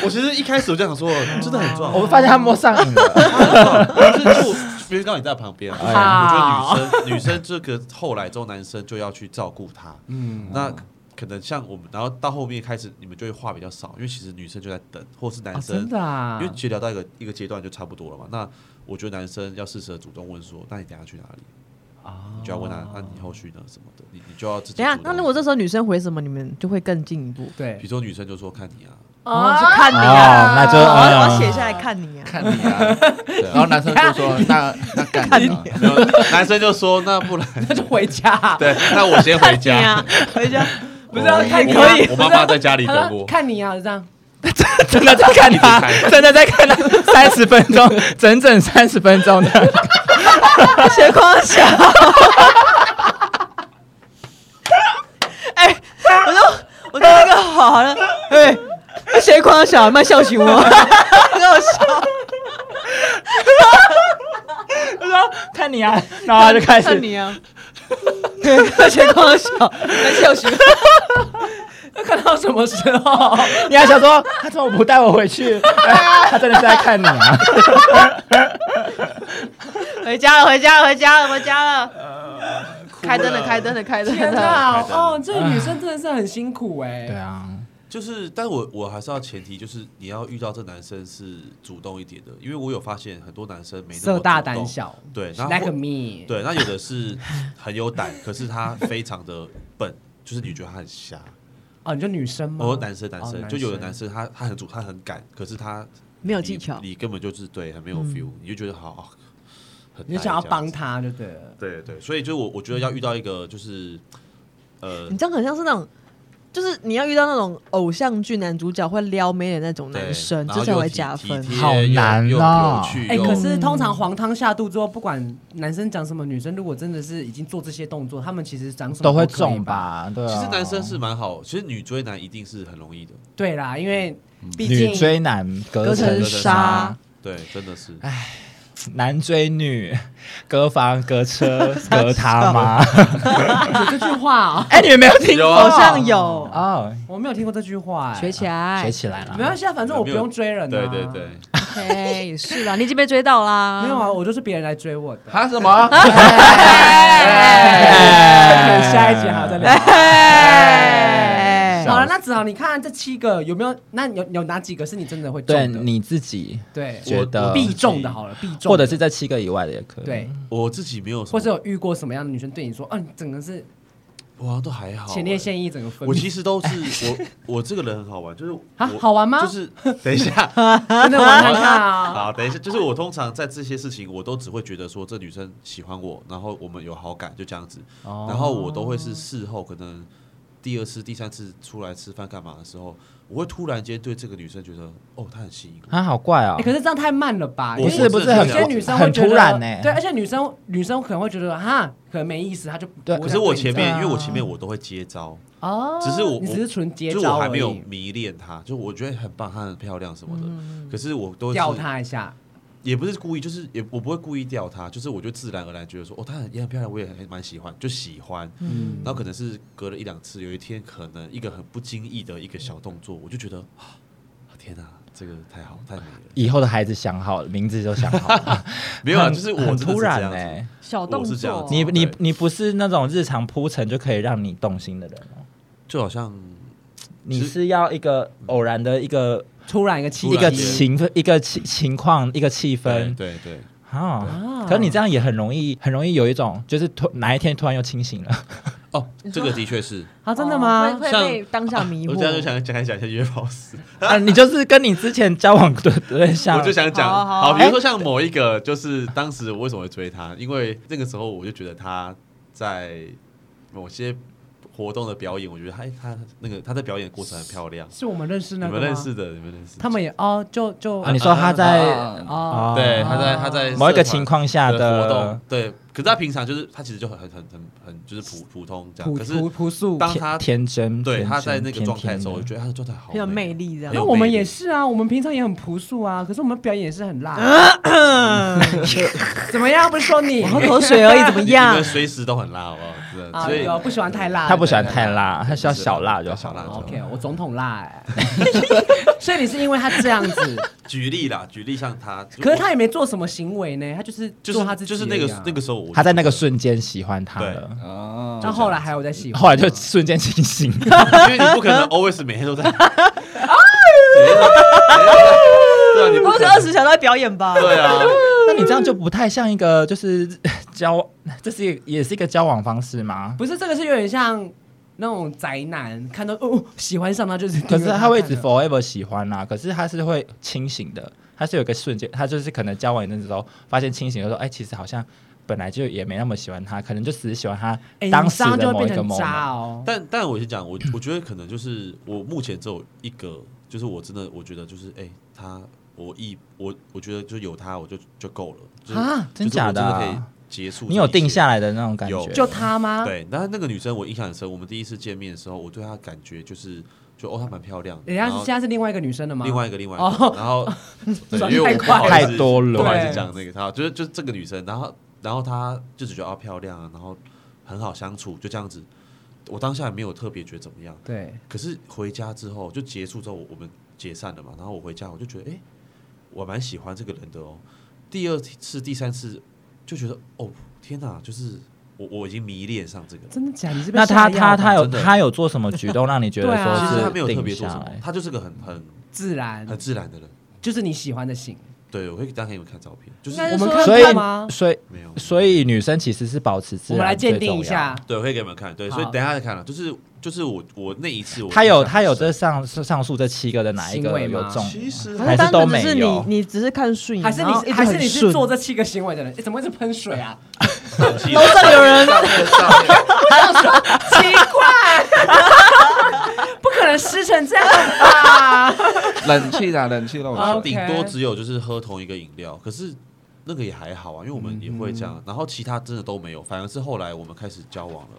Speaker 3: 我其实一开始我就想说，真的很壮，
Speaker 1: 哦
Speaker 5: 我们发现他摸上瘾了。
Speaker 3: 就是就别人告诉你在旁边，我
Speaker 1: 好
Speaker 3: 觉得女生女生这个后来之后，男生就要去照顾她。
Speaker 1: 嗯，
Speaker 3: 那可能像我们，然后到后面开始你们就会话比较少，因为其实女生就在等，或是男
Speaker 1: 啊，
Speaker 3: 生
Speaker 1: 真的啊
Speaker 3: 因为，其实聊到一个一个阶段就差不多了嘛。那我觉得男生要适时的主动问说，那你等一下去哪里？
Speaker 1: 啊
Speaker 3: 你就要问他，那
Speaker 1: 哦
Speaker 3: 你后续呢什么的，你你就要自己主
Speaker 4: 哦等一
Speaker 3: 动。
Speaker 4: 下，那如果这时候女生回什么，你们就会更进一步。
Speaker 1: 对
Speaker 3: 比如说女生就说看你啊，
Speaker 4: 哦，是看 你
Speaker 5: 哦
Speaker 4: 啊，
Speaker 5: 那就
Speaker 4: 我要我
Speaker 5: 嗯
Speaker 4: 要写下来看你啊。
Speaker 2: 看你啊，然后男生就说那那干你啊，
Speaker 3: 没有男生就说那不然
Speaker 1: 那就回家，
Speaker 3: 对，那我先回
Speaker 4: 看你
Speaker 3: 家。
Speaker 4: 啊，回家。
Speaker 1: 不是要看
Speaker 3: 我
Speaker 1: 可
Speaker 3: 妈
Speaker 1: 以，
Speaker 3: 我妈妈在家里等 我。
Speaker 1: 看你啊，这样
Speaker 5: 真的在看他
Speaker 3: 一直，
Speaker 5: 真的在看他三十分钟， 整整三十分钟的。
Speaker 4: 斜框小。哎、我说我说那个好了，哎、斜框小，卖笑哦醒我，很好笑。
Speaker 5: 看你啊，然后就开始
Speaker 4: 看你啊，对，斜框小，卖笑醒我。
Speaker 1: 看到什么时 候？
Speaker 5: 你还想说他怎么不带我回去？他真的是在看你啊！
Speaker 4: 回家了，回家了，回家了，回家了。
Speaker 3: 呃
Speaker 4: 开灯了，开灯了，开灯
Speaker 1: 天
Speaker 4: 了。
Speaker 1: 哪，
Speaker 3: 对
Speaker 1: 哦，这个女生真的是很辛苦哎。
Speaker 5: 对啊，
Speaker 3: 就是，但我我还是要前提，就是你要遇到这男生是主动一点的，因为我有发现很多男生没那么
Speaker 1: 色大
Speaker 3: 主动
Speaker 1: 胆，小
Speaker 3: 对，然后
Speaker 1: ，like me，，
Speaker 3: 对，那有的是很有胆， 可是他非常的笨，就是你觉得他很瞎。
Speaker 1: 哦，你就女生吗？
Speaker 3: 我说男生男生，
Speaker 1: 哦
Speaker 3: 就有的男生他他很主他很敢，可是他
Speaker 4: 没有
Speaker 3: 你
Speaker 4: 技巧，
Speaker 3: 你根本就是对很没有 feel，你就觉得好，哦很
Speaker 1: 嗯你
Speaker 3: 呆
Speaker 1: 就想要
Speaker 3: 这样
Speaker 1: 帮
Speaker 3: 子。
Speaker 1: 他就对了。
Speaker 3: 对对，所以就我我觉得要遇到一个就是呃
Speaker 4: 你，这样很像是那种，就是你要遇到那种偶像剧男主角会撩妹的那种
Speaker 3: 对
Speaker 4: 男生，
Speaker 3: 然
Speaker 4: 这
Speaker 3: 后
Speaker 4: 才
Speaker 3: 又
Speaker 4: 会
Speaker 3: 体
Speaker 4: 加
Speaker 3: 体
Speaker 4: 分。
Speaker 3: 贴
Speaker 5: 好
Speaker 3: 又
Speaker 5: 难
Speaker 3: 又
Speaker 5: 哦
Speaker 3: 有趣
Speaker 1: 哎、
Speaker 3: 又
Speaker 1: 可是通常黄汤下肚之后，不管男生讲什么，女生如果真的是已经做这些动作，他们其实讲什么
Speaker 5: 都会
Speaker 1: 可以
Speaker 5: 中？吧？对啊，
Speaker 3: 其实男生是蛮好，其实女追男一定是很容易的，
Speaker 1: 对啦，因为毕
Speaker 5: 女
Speaker 1: 竟
Speaker 5: 追男隔
Speaker 4: 隔
Speaker 5: 层
Speaker 4: 层
Speaker 5: 纱
Speaker 4: 纱，
Speaker 3: 对，真的是。
Speaker 5: 哎男追女隔房隔车隔他妈。
Speaker 1: 有这句话、哦，
Speaker 5: 哎，你们没有听过？
Speaker 2: 啊
Speaker 4: 好像有，
Speaker 5: 哦，
Speaker 1: 我没有听过这句话、哎
Speaker 7: 学起来
Speaker 5: 学。起来了
Speaker 1: 没。关系啊，反正我不用追人、啊。
Speaker 3: 对对对，，
Speaker 7: 哎，也是啦，你已经被追到啦。
Speaker 1: 没有啊，我就是别人来追我的。
Speaker 2: 他什么？
Speaker 1: 啊 哎下一集还要再聊。
Speaker 4: 哎
Speaker 5: 哎，
Speaker 1: 好了，那子豪，你看这七个有没有？那有有哪几个是你真的会中
Speaker 5: 对
Speaker 1: 的？
Speaker 5: 你自己，
Speaker 1: 对
Speaker 5: 觉得
Speaker 1: 必中的，好了，必中的
Speaker 5: 或者是在七个以外的也可以。
Speaker 1: 对，，
Speaker 3: 我自己没有什么，
Speaker 1: 或者有遇过什么样的女生对你说，嗯、你整个是
Speaker 3: 我好像都还好。欸
Speaker 1: 前列腺液整个分
Speaker 3: 我其
Speaker 1: 泌，
Speaker 3: 实都是我， 我这个人很好玩，就是
Speaker 1: 啊
Speaker 3: 我
Speaker 1: 好玩吗
Speaker 3: 就是 等一下，
Speaker 1: 真的玩看看啊。
Speaker 3: 好，等一下，就是我通常在这些事情，我都只会觉得说这女生喜欢我，然后我们有好感，就这样子。
Speaker 1: 哦
Speaker 3: 然后我都会是事后可能第二次、第三次出来吃饭干嘛的时候，我会突然间对这个女生觉得，哦，她很吸引我。
Speaker 5: 啊，好怪哦
Speaker 1: 哎，可。是这样太慢了吧？
Speaker 3: 我
Speaker 5: 不
Speaker 1: 因
Speaker 5: 是
Speaker 1: 为
Speaker 5: 不是
Speaker 3: 我
Speaker 5: 很
Speaker 1: 有些女生会
Speaker 5: 很
Speaker 1: 觉得
Speaker 5: 突然呢？
Speaker 1: 对，而且女生女生可能会觉得哈，可能没意思，她就不
Speaker 5: 对
Speaker 1: 会
Speaker 3: 可
Speaker 1: 再
Speaker 3: 是我
Speaker 1: 对你
Speaker 3: 前
Speaker 1: 这
Speaker 3: 面，
Speaker 1: 样
Speaker 3: 因为我前面我都会接招，
Speaker 1: 哦，
Speaker 3: 只是我
Speaker 1: 你只是纯接
Speaker 3: 就是
Speaker 1: 招
Speaker 3: 我还
Speaker 1: 而
Speaker 3: 没有
Speaker 1: 已，嗯
Speaker 3: 迷恋她，就我觉得很棒，她很漂亮什么的。可是我都
Speaker 1: 吊
Speaker 3: 是
Speaker 1: 她一下。
Speaker 3: 也不是故意，就是也我不会故意钓她，就是我就自然而然觉得说，哦，她很也很漂亮，我也很蛮喜欢，就喜欢。
Speaker 1: 嗯，
Speaker 3: 然后可能是隔了一两次，有一天可能一个很不经意的一个小动作，我就觉得， 啊天哪、这个太好太美了。
Speaker 5: 以后的孩子想好了，名字就想好了。
Speaker 3: 没有啊，
Speaker 5: 很
Speaker 3: 就是我
Speaker 5: 很
Speaker 3: 真的
Speaker 5: 突
Speaker 3: 是这
Speaker 5: 然
Speaker 3: 样子
Speaker 5: 欸
Speaker 7: 小
Speaker 3: 我
Speaker 7: 动
Speaker 3: 是这样
Speaker 7: 作
Speaker 3: 子，
Speaker 5: 你你
Speaker 3: 对
Speaker 5: 你不是那种日常铺陈就可以让你动心的人哦，
Speaker 3: 就好像
Speaker 5: 你是要一个偶然的一个
Speaker 1: 突然一个气
Speaker 5: 一
Speaker 3: 突
Speaker 5: 个
Speaker 3: 然间
Speaker 5: 情一个情情况一个气
Speaker 3: 对
Speaker 5: 氛
Speaker 3: 对对，
Speaker 5: 啊
Speaker 1: 啊。
Speaker 5: 可是你这样也很容易很容易有一种就是突哪一天突然又清醒 了，
Speaker 3: 哦，这个的确是。
Speaker 1: 啊，真的
Speaker 7: 哦
Speaker 1: 吗？
Speaker 7: 会会
Speaker 3: 像
Speaker 7: 被当下迷
Speaker 3: 我
Speaker 7: 惑
Speaker 3: 这。样就想讲一讲一下约炮史，
Speaker 5: 啊你就是跟你之前交往的对象，
Speaker 3: 我就想讲
Speaker 4: 好好
Speaker 3: 好，比
Speaker 1: 哎
Speaker 3: 如说像某一个，就是当时我为什么会追他，因为那个时候我就觉得他在某些活动的表演，我觉得他他那个他在表演的过程很漂亮，
Speaker 1: 是我们认识
Speaker 3: 你
Speaker 1: 那个
Speaker 3: 们
Speaker 1: 吗
Speaker 3: 认识的，你们认识，
Speaker 1: 他们也哦，就就
Speaker 5: 啊，你说他在
Speaker 2: 啊
Speaker 1: 哦，
Speaker 3: 对他在他在
Speaker 5: 某一个
Speaker 3: 社团
Speaker 5: 情况下
Speaker 3: 的活
Speaker 5: 的
Speaker 3: 动，对，可是他平常就是他其实就很很很很很就是普普通这样，
Speaker 1: 朴
Speaker 3: 啊可是
Speaker 1: 朴朴素。
Speaker 3: 当他
Speaker 5: 天天真，
Speaker 3: 对
Speaker 5: 天
Speaker 3: 他在
Speaker 5: 真
Speaker 3: 那个
Speaker 5: 天
Speaker 3: 状态的
Speaker 5: 天
Speaker 3: 时候，我觉得他的状态好
Speaker 4: 很有魅
Speaker 3: 哦
Speaker 4: 力这样
Speaker 3: 很。
Speaker 1: 那
Speaker 3: 有
Speaker 1: 我们
Speaker 3: 魅力
Speaker 1: 也是啊，我们平常也很朴素啊，可是我们表演也是很 辣。怎么样？不是说你
Speaker 4: 喝口水而 已，怎么
Speaker 3: 你
Speaker 4: 样
Speaker 3: 们？随时都很辣，好不好？真的
Speaker 1: 啊，
Speaker 3: 所以
Speaker 1: 有不喜欢太辣，
Speaker 5: 他不喜欢
Speaker 1: 对对
Speaker 5: 太辣，他需要小辣就
Speaker 3: 小
Speaker 5: 好
Speaker 3: 辣
Speaker 5: 了。
Speaker 3: 就好
Speaker 1: OK，我总统辣哎、 所以你是因为他这样子，
Speaker 3: 举例啦，举例像他，
Speaker 1: 可是他也没做什么行为呢，他就是
Speaker 3: 就
Speaker 1: 做
Speaker 3: 是
Speaker 1: 他自己、啊
Speaker 3: 就是那个那个，时候，我
Speaker 5: 他在那个瞬间喜欢他
Speaker 3: 对
Speaker 5: 了，
Speaker 2: 哦，
Speaker 1: 到后来还有在喜欢，
Speaker 5: 后来就瞬间清醒。
Speaker 3: 因为你不可能 always 每天都在。每天都对啊，你不
Speaker 4: 不
Speaker 3: 可
Speaker 4: 是
Speaker 3: 能
Speaker 4: 二十小时在表演吧？
Speaker 3: 对啊，
Speaker 5: 那你这样就不太像一个就是交，这是一个也是一个交往方式吗？
Speaker 1: 不是这个是有点像那种宅男，看到哦喜欢上他就是，
Speaker 5: 可是他会一直
Speaker 1: 看了
Speaker 5: forever 喜欢啊啦、可是他是会清醒的，他是有一个瞬间，他就是可能交往一阵子之后，发现清醒的时候，哎、其实好像本来就也没那么喜欢他，可能就只是喜欢他
Speaker 1: 哎，
Speaker 5: 当
Speaker 1: 你
Speaker 5: 时
Speaker 1: 这样就
Speaker 5: 的
Speaker 1: 会
Speaker 5: 某一
Speaker 1: 变
Speaker 5: 个
Speaker 1: 成
Speaker 5: moment。
Speaker 1: 渣哦。
Speaker 3: 但但我先讲，我我觉得可能就是我目前只有一个，就是我真的我觉得就是哎、他我一我我觉得就有他我就就够了就是
Speaker 5: 啊真
Speaker 3: 就是我
Speaker 5: 假的啊
Speaker 3: 真的可以结束这一切。
Speaker 5: 你有定下来的那种感觉
Speaker 3: 有
Speaker 5: 吗，
Speaker 1: 就他吗？
Speaker 3: 对，但是那个女生我印象很深，我们第一次见面的时候，我对她的感觉就是就哦她蛮漂亮的，
Speaker 1: 人家
Speaker 3: 然
Speaker 1: 是
Speaker 3: 后
Speaker 1: 现在是另外一个女生的吗？
Speaker 3: 另外一个另外一个，
Speaker 1: 哦
Speaker 3: 然后对
Speaker 1: 转
Speaker 3: 因为我
Speaker 1: 太
Speaker 3: 不好意
Speaker 1: 快
Speaker 3: 思
Speaker 5: 太多了
Speaker 3: 不好意思
Speaker 1: 对
Speaker 3: 讲那个她，就是就是这个女生，然后然后她就只觉得啊漂亮啊，然后很好相处，就这样子。我当下也没有特别觉得怎么样，
Speaker 1: 对，
Speaker 3: 可是回家之后就结束之后，我们解散了嘛，然后我回家我就觉得，哎、我蛮喜欢这个人的哦。第二次、第三次就觉得，哦，天哪，就是我我已经迷恋上这个人。
Speaker 1: 真的假的？你是被
Speaker 5: 那
Speaker 1: 下
Speaker 5: 他
Speaker 1: 药
Speaker 5: 他
Speaker 1: 吧
Speaker 5: 他有
Speaker 3: 真的
Speaker 5: 他有做什么举动让你觉得
Speaker 1: 对啊
Speaker 3: 其实他
Speaker 5: 说
Speaker 3: 没有
Speaker 5: 是
Speaker 3: 特别
Speaker 5: 定
Speaker 3: 做
Speaker 5: 下
Speaker 3: 什么
Speaker 5: 来，？
Speaker 3: 他就是个很很
Speaker 1: 自然，
Speaker 3: 很自然的人。
Speaker 1: 就是你喜欢的型。
Speaker 3: 对，我可以当给你们看照片，就是
Speaker 1: 应该是说
Speaker 5: 看所以
Speaker 1: 他吗
Speaker 5: 所以
Speaker 3: 没有，
Speaker 5: 所以女生其实是保持自
Speaker 1: 我
Speaker 5: 然，
Speaker 3: 啊
Speaker 1: 们来鉴定一下。，
Speaker 3: 对，我可以给你们看。对，所以
Speaker 1: 好
Speaker 3: 等一下再看了，就是就是我我那一次我
Speaker 5: 他有
Speaker 3: 印象
Speaker 5: 他有这
Speaker 3: 很深
Speaker 5: 上上述这七个的哪一
Speaker 1: 行
Speaker 5: 个
Speaker 1: 为
Speaker 5: 有
Speaker 1: 吗
Speaker 5: 中？
Speaker 3: 其实
Speaker 5: 还是都没有
Speaker 4: 只是你你只是看顺眼，
Speaker 1: 还是
Speaker 3: 嗯
Speaker 4: 然后一
Speaker 1: 你
Speaker 4: 直
Speaker 1: 还是
Speaker 4: 很
Speaker 1: 你是
Speaker 4: 顺
Speaker 1: 做这七个行为的人？诶怎么会是喷水 啊？
Speaker 3: 楼上有人，上面上面
Speaker 1: 奇怪，不可能湿成这样吧？
Speaker 2: 冷气啦，冷气了，我
Speaker 1: 啊
Speaker 2: 说
Speaker 1: OK
Speaker 3: 顶多只有就是喝同一个饮料，可是那个也还好啊，因为我们也会这样。然后其他真的都没有，反而是后来我们开始交往了，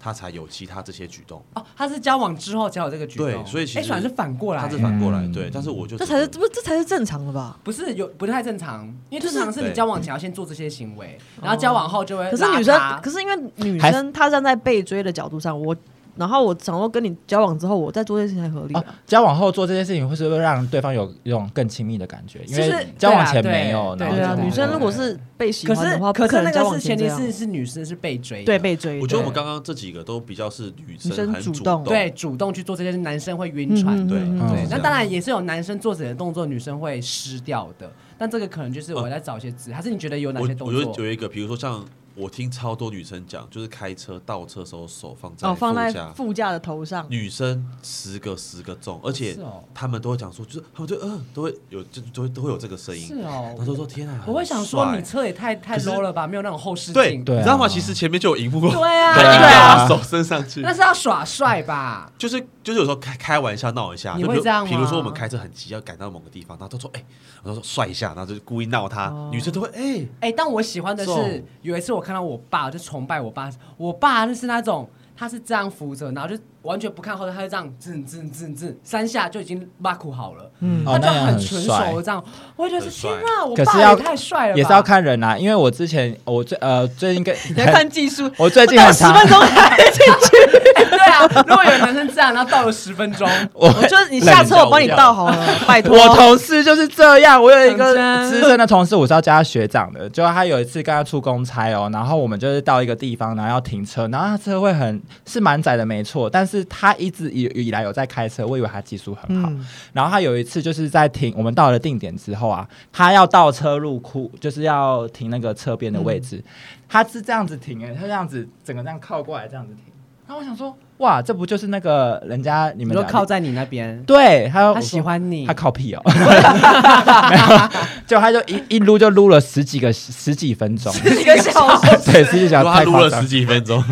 Speaker 3: 他才有其他这些举动。
Speaker 1: 哦，他是交往之后才有这个举动，
Speaker 3: 对所以其实
Speaker 1: 哎，反而是反过来
Speaker 3: 他是，反过来，
Speaker 5: 嗯
Speaker 3: 对，但是我就
Speaker 4: 这
Speaker 3: 觉
Speaker 4: 才
Speaker 3: 得
Speaker 4: 是这不这才是正常的吧？
Speaker 1: 不是有不太正常，因为
Speaker 4: 就
Speaker 1: 正
Speaker 4: 是
Speaker 1: 常是你
Speaker 3: 对
Speaker 1: 交往前要先做这些行为，然后交往后就会
Speaker 4: 可是
Speaker 1: 呃邋
Speaker 4: 女生
Speaker 1: 遢，
Speaker 4: 可是因为女
Speaker 5: 还
Speaker 4: 生她站在被追的角度上，我然后我想说跟你交往之后，我再做这些事情才合理
Speaker 5: 哦
Speaker 4: 啊。，
Speaker 5: 交往后做这件事情，会是会让对方有一种更亲密的感觉，因
Speaker 1: 就是
Speaker 5: 为交往前没有，
Speaker 1: 对啊
Speaker 5: 然后
Speaker 4: 对啊，
Speaker 5: 就
Speaker 1: 对
Speaker 4: 女生如果是被喜欢的话，
Speaker 1: 可是
Speaker 4: 不
Speaker 1: 可是
Speaker 4: 能
Speaker 1: 那
Speaker 4: 交
Speaker 1: 个
Speaker 4: 往
Speaker 1: 是
Speaker 4: 前
Speaker 1: 前
Speaker 4: 这
Speaker 1: 提
Speaker 4: 样
Speaker 1: 是是女生是被追的，
Speaker 4: 对被追。
Speaker 3: 我觉得我们
Speaker 4: 对
Speaker 3: 刚刚这几个都比较是女
Speaker 4: 女生
Speaker 3: 生很
Speaker 4: 主
Speaker 3: 主
Speaker 4: 动
Speaker 1: 对主动去做这件事，男生会晕
Speaker 4: 嗯
Speaker 1: 船
Speaker 4: 嗯
Speaker 1: 的。
Speaker 3: 对
Speaker 4: 嗯
Speaker 5: 嗯
Speaker 1: 对，
Speaker 3: 嗯
Speaker 1: 那当然也是有男生做自己的动作，女生会失掉的。但这个可能就是我在找一些字，还是你觉得有哪
Speaker 3: 我
Speaker 1: 些
Speaker 3: 哦我
Speaker 1: 动
Speaker 3: 就
Speaker 1: 作？
Speaker 3: 有一个，比如说像我听超多女生讲，就是开车倒车的时候手放在
Speaker 4: 哦，放在
Speaker 3: 副驾
Speaker 4: 副驾的头上，
Speaker 3: 女生十个十个中，而且
Speaker 1: 是哦
Speaker 3: 他们都会讲说，就是他们就嗯、都会有就都会都会有这个声音，
Speaker 1: 是哦
Speaker 3: 他，就说天啊，
Speaker 1: 我会想说
Speaker 3: 很帅
Speaker 1: 你车也太太
Speaker 3: 可是
Speaker 1: low 了吧，没有那种后视
Speaker 3: 对
Speaker 1: 镜。
Speaker 5: 对啊
Speaker 3: 你知道吗？其实前面就有荧幕过，
Speaker 1: 对啊，
Speaker 5: 对啊
Speaker 3: 硬要把手伸上去
Speaker 1: 那，是要耍帅吧？
Speaker 3: 就是就是有时候开开玩笑闹一下，
Speaker 1: 你
Speaker 3: 就
Speaker 1: 会
Speaker 3: 比如
Speaker 1: 这样吗
Speaker 3: 比如说我们开车很急要赶到某个地方，然后他说哎，然后说帅一下，然后就是故意
Speaker 1: 哦
Speaker 3: 闹他，女生都会哎，
Speaker 1: 哎、但我喜欢的是
Speaker 3: 送
Speaker 1: 有一次我看到我爸，我就崇拜我爸。我爸就是那种他是这样扶着，然后就完全不看后头，他就这样震震震震三下就已经拉苦好了。嗯，他
Speaker 5: 哦
Speaker 1: 就
Speaker 5: 那样很
Speaker 1: 纯
Speaker 5: 帅
Speaker 1: 熟的这样，我就觉得
Speaker 3: 很
Speaker 1: 是
Speaker 3: 帅
Speaker 1: 天啊，我
Speaker 5: 可是
Speaker 1: 爸
Speaker 5: 要
Speaker 1: 也太帅了吧，
Speaker 5: 也是要看人啊，因为我之前我最呃最近跟
Speaker 4: 你要看技术。
Speaker 5: 我最近
Speaker 4: 到
Speaker 5: 很
Speaker 4: 十
Speaker 5: 常
Speaker 4: 分钟还进去，
Speaker 1: 对啊，如果有男生这样，然后到了十分 钟，
Speaker 4: 我就是你下车我帮你倒好了，拜托。
Speaker 5: 我同事就是这样，我有一个
Speaker 1: 讲真
Speaker 5: 资深的同事，我是要叫他学长的。就他有一次跟他出公差哦，然后我们就是到一个地方，然后要停车，然后他车位很是蛮窄的，没错。但是他一直以以来有在开车，我以为他技术很
Speaker 4: 嗯
Speaker 5: 好。然后他有一次就是在停，我们到了定点之后啊，他要倒车入库，就是要停那个侧边的位
Speaker 1: 嗯
Speaker 5: 置，他是这样子停诶、他这样子整个这样靠过来这样子停。然后我想说，哇，这不就是那个人家
Speaker 1: 你
Speaker 5: 你们
Speaker 1: 说
Speaker 5: 讲的
Speaker 1: 靠在你那边，
Speaker 5: 对，他
Speaker 1: 他
Speaker 5: 我
Speaker 1: 喜
Speaker 5: 说
Speaker 1: 欢你
Speaker 5: 他，靠屁哦，没有，就他就一一撸就撸了十几个十几分钟，
Speaker 4: 一个小时，
Speaker 5: 对，十几小
Speaker 3: 然
Speaker 5: 时
Speaker 3: 后他
Speaker 5: 太
Speaker 3: 撸
Speaker 5: 夸
Speaker 3: 了
Speaker 5: 张
Speaker 3: 十，几分 钟，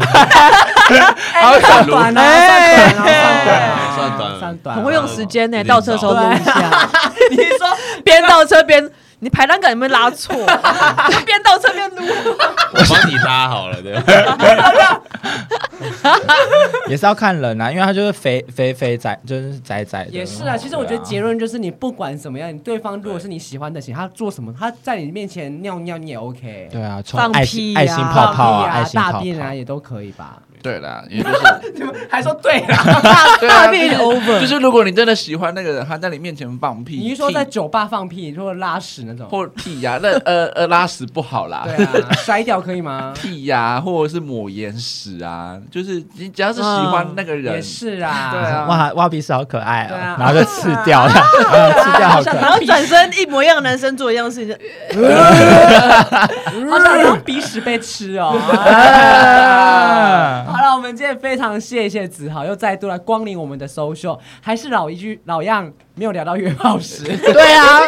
Speaker 1: 哎算短了，算短了，
Speaker 3: 哎
Speaker 1: 算
Speaker 3: 算
Speaker 1: 短了，
Speaker 3: 短
Speaker 1: 啊算短了，
Speaker 4: 很会用时间呢。
Speaker 3: 有点
Speaker 4: 倒车的时候撸一下，你说边倒车边，你排档杆有没有拉错？边倒车边撸。
Speaker 3: 我帮你拉好了，对吧？
Speaker 5: 也是要看人啊，因为他就是肥肥肥仔，就是仔仔的。
Speaker 1: 也是啊，其实我觉得结
Speaker 5: 论
Speaker 1: 论就是，你不管怎么样，你对方如果是你喜欢的型，他做什么，他在你面前尿尿你也 OK，
Speaker 5: 对啊，冲
Speaker 7: 放
Speaker 5: 爱心
Speaker 7: 屁
Speaker 5: 爱心
Speaker 7: 啊
Speaker 5: 泡泡
Speaker 1: 放屁
Speaker 5: 啊，爱
Speaker 1: 啊、
Speaker 5: 心泡
Speaker 1: 大
Speaker 5: 泡。
Speaker 1: 便啊也都可以吧？
Speaker 2: 对啦，也就 是
Speaker 1: 你们还说对 啦？
Speaker 2: 对啊，就是就是如果你真的喜欢那个人，他在你面前放屁，
Speaker 1: 你是说
Speaker 2: 屁
Speaker 1: 在酒吧放屁或者拉屎那种？
Speaker 2: 或屁呀、那呃呃拉屎不好啦，
Speaker 1: 对啊，摔掉可以吗？
Speaker 2: 屁呀、或者是抹眼屎啊，就是你只要是喜欢那个
Speaker 1: 嗯
Speaker 2: 人，
Speaker 1: 也是啊，
Speaker 2: 对啊
Speaker 5: 哇哇鼻屎好可爱哦，
Speaker 1: 对啊
Speaker 5: 然后就吃 掉了， 然后吃掉好可
Speaker 4: 然
Speaker 5: 爱。
Speaker 4: 后转身一模一样的男生做一样的事情，
Speaker 1: 好想
Speaker 5: 嗯
Speaker 1: 哦让鼻屎被吃 哦。
Speaker 5: 啊
Speaker 1: 好了，我们今天非常谢谢子豪又再度来光临我们的 social，还是老一句老样，没有聊到约炮时，
Speaker 5: 对啊，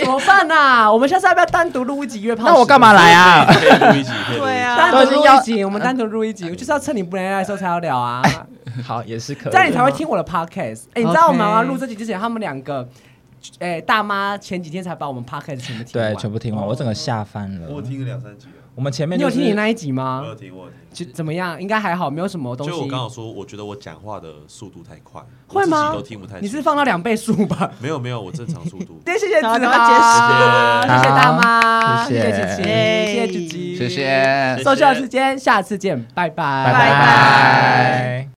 Speaker 1: 怎么办呐、我们下次要不要单独录一集约炮时？
Speaker 5: 那我干嘛来啊？
Speaker 3: 可以录一集，可以录一集
Speaker 4: 对啊，
Speaker 1: 单独录一集，我们单独录一集，我就是要趁你不能来的时候才要聊啊，
Speaker 5: 好，也是可以。
Speaker 1: 这样你才会听我的 podcast。哎、你知道我们
Speaker 7: OK
Speaker 1: 要录这集之前，他们两个，哎、大妈前几天才把我们 podcast 全部听完。
Speaker 5: 对，全部听完，我整个吓翻了。
Speaker 3: 我听了两三集了，
Speaker 5: 我们前面
Speaker 1: 哦你有
Speaker 5: 就是
Speaker 1: 听你那一集
Speaker 3: 我有
Speaker 1: 吗？
Speaker 3: 听，我有听。
Speaker 1: 就怎么样？应该还好，没有什么东
Speaker 3: 呃就我
Speaker 1: 西。
Speaker 3: 刚好说，我觉得我讲话的速度太快，
Speaker 1: 会吗
Speaker 3: 我自己都听不太清楚。
Speaker 1: 你是放到两倍速吧？。
Speaker 3: 没有没有，我正常速度
Speaker 1: 谢谢子
Speaker 4: 好
Speaker 1: 豪，
Speaker 4: 赶快结
Speaker 3: 束
Speaker 1: 谢谢大妈，
Speaker 5: 好
Speaker 1: 谢
Speaker 5: 谢
Speaker 1: 谢
Speaker 5: 谢
Speaker 1: 琪琪，谢谢琪
Speaker 4: 耶
Speaker 1: 琪，
Speaker 2: 谢。谢。
Speaker 1: 收视时间，下次见，拜拜，
Speaker 5: 拜。拜。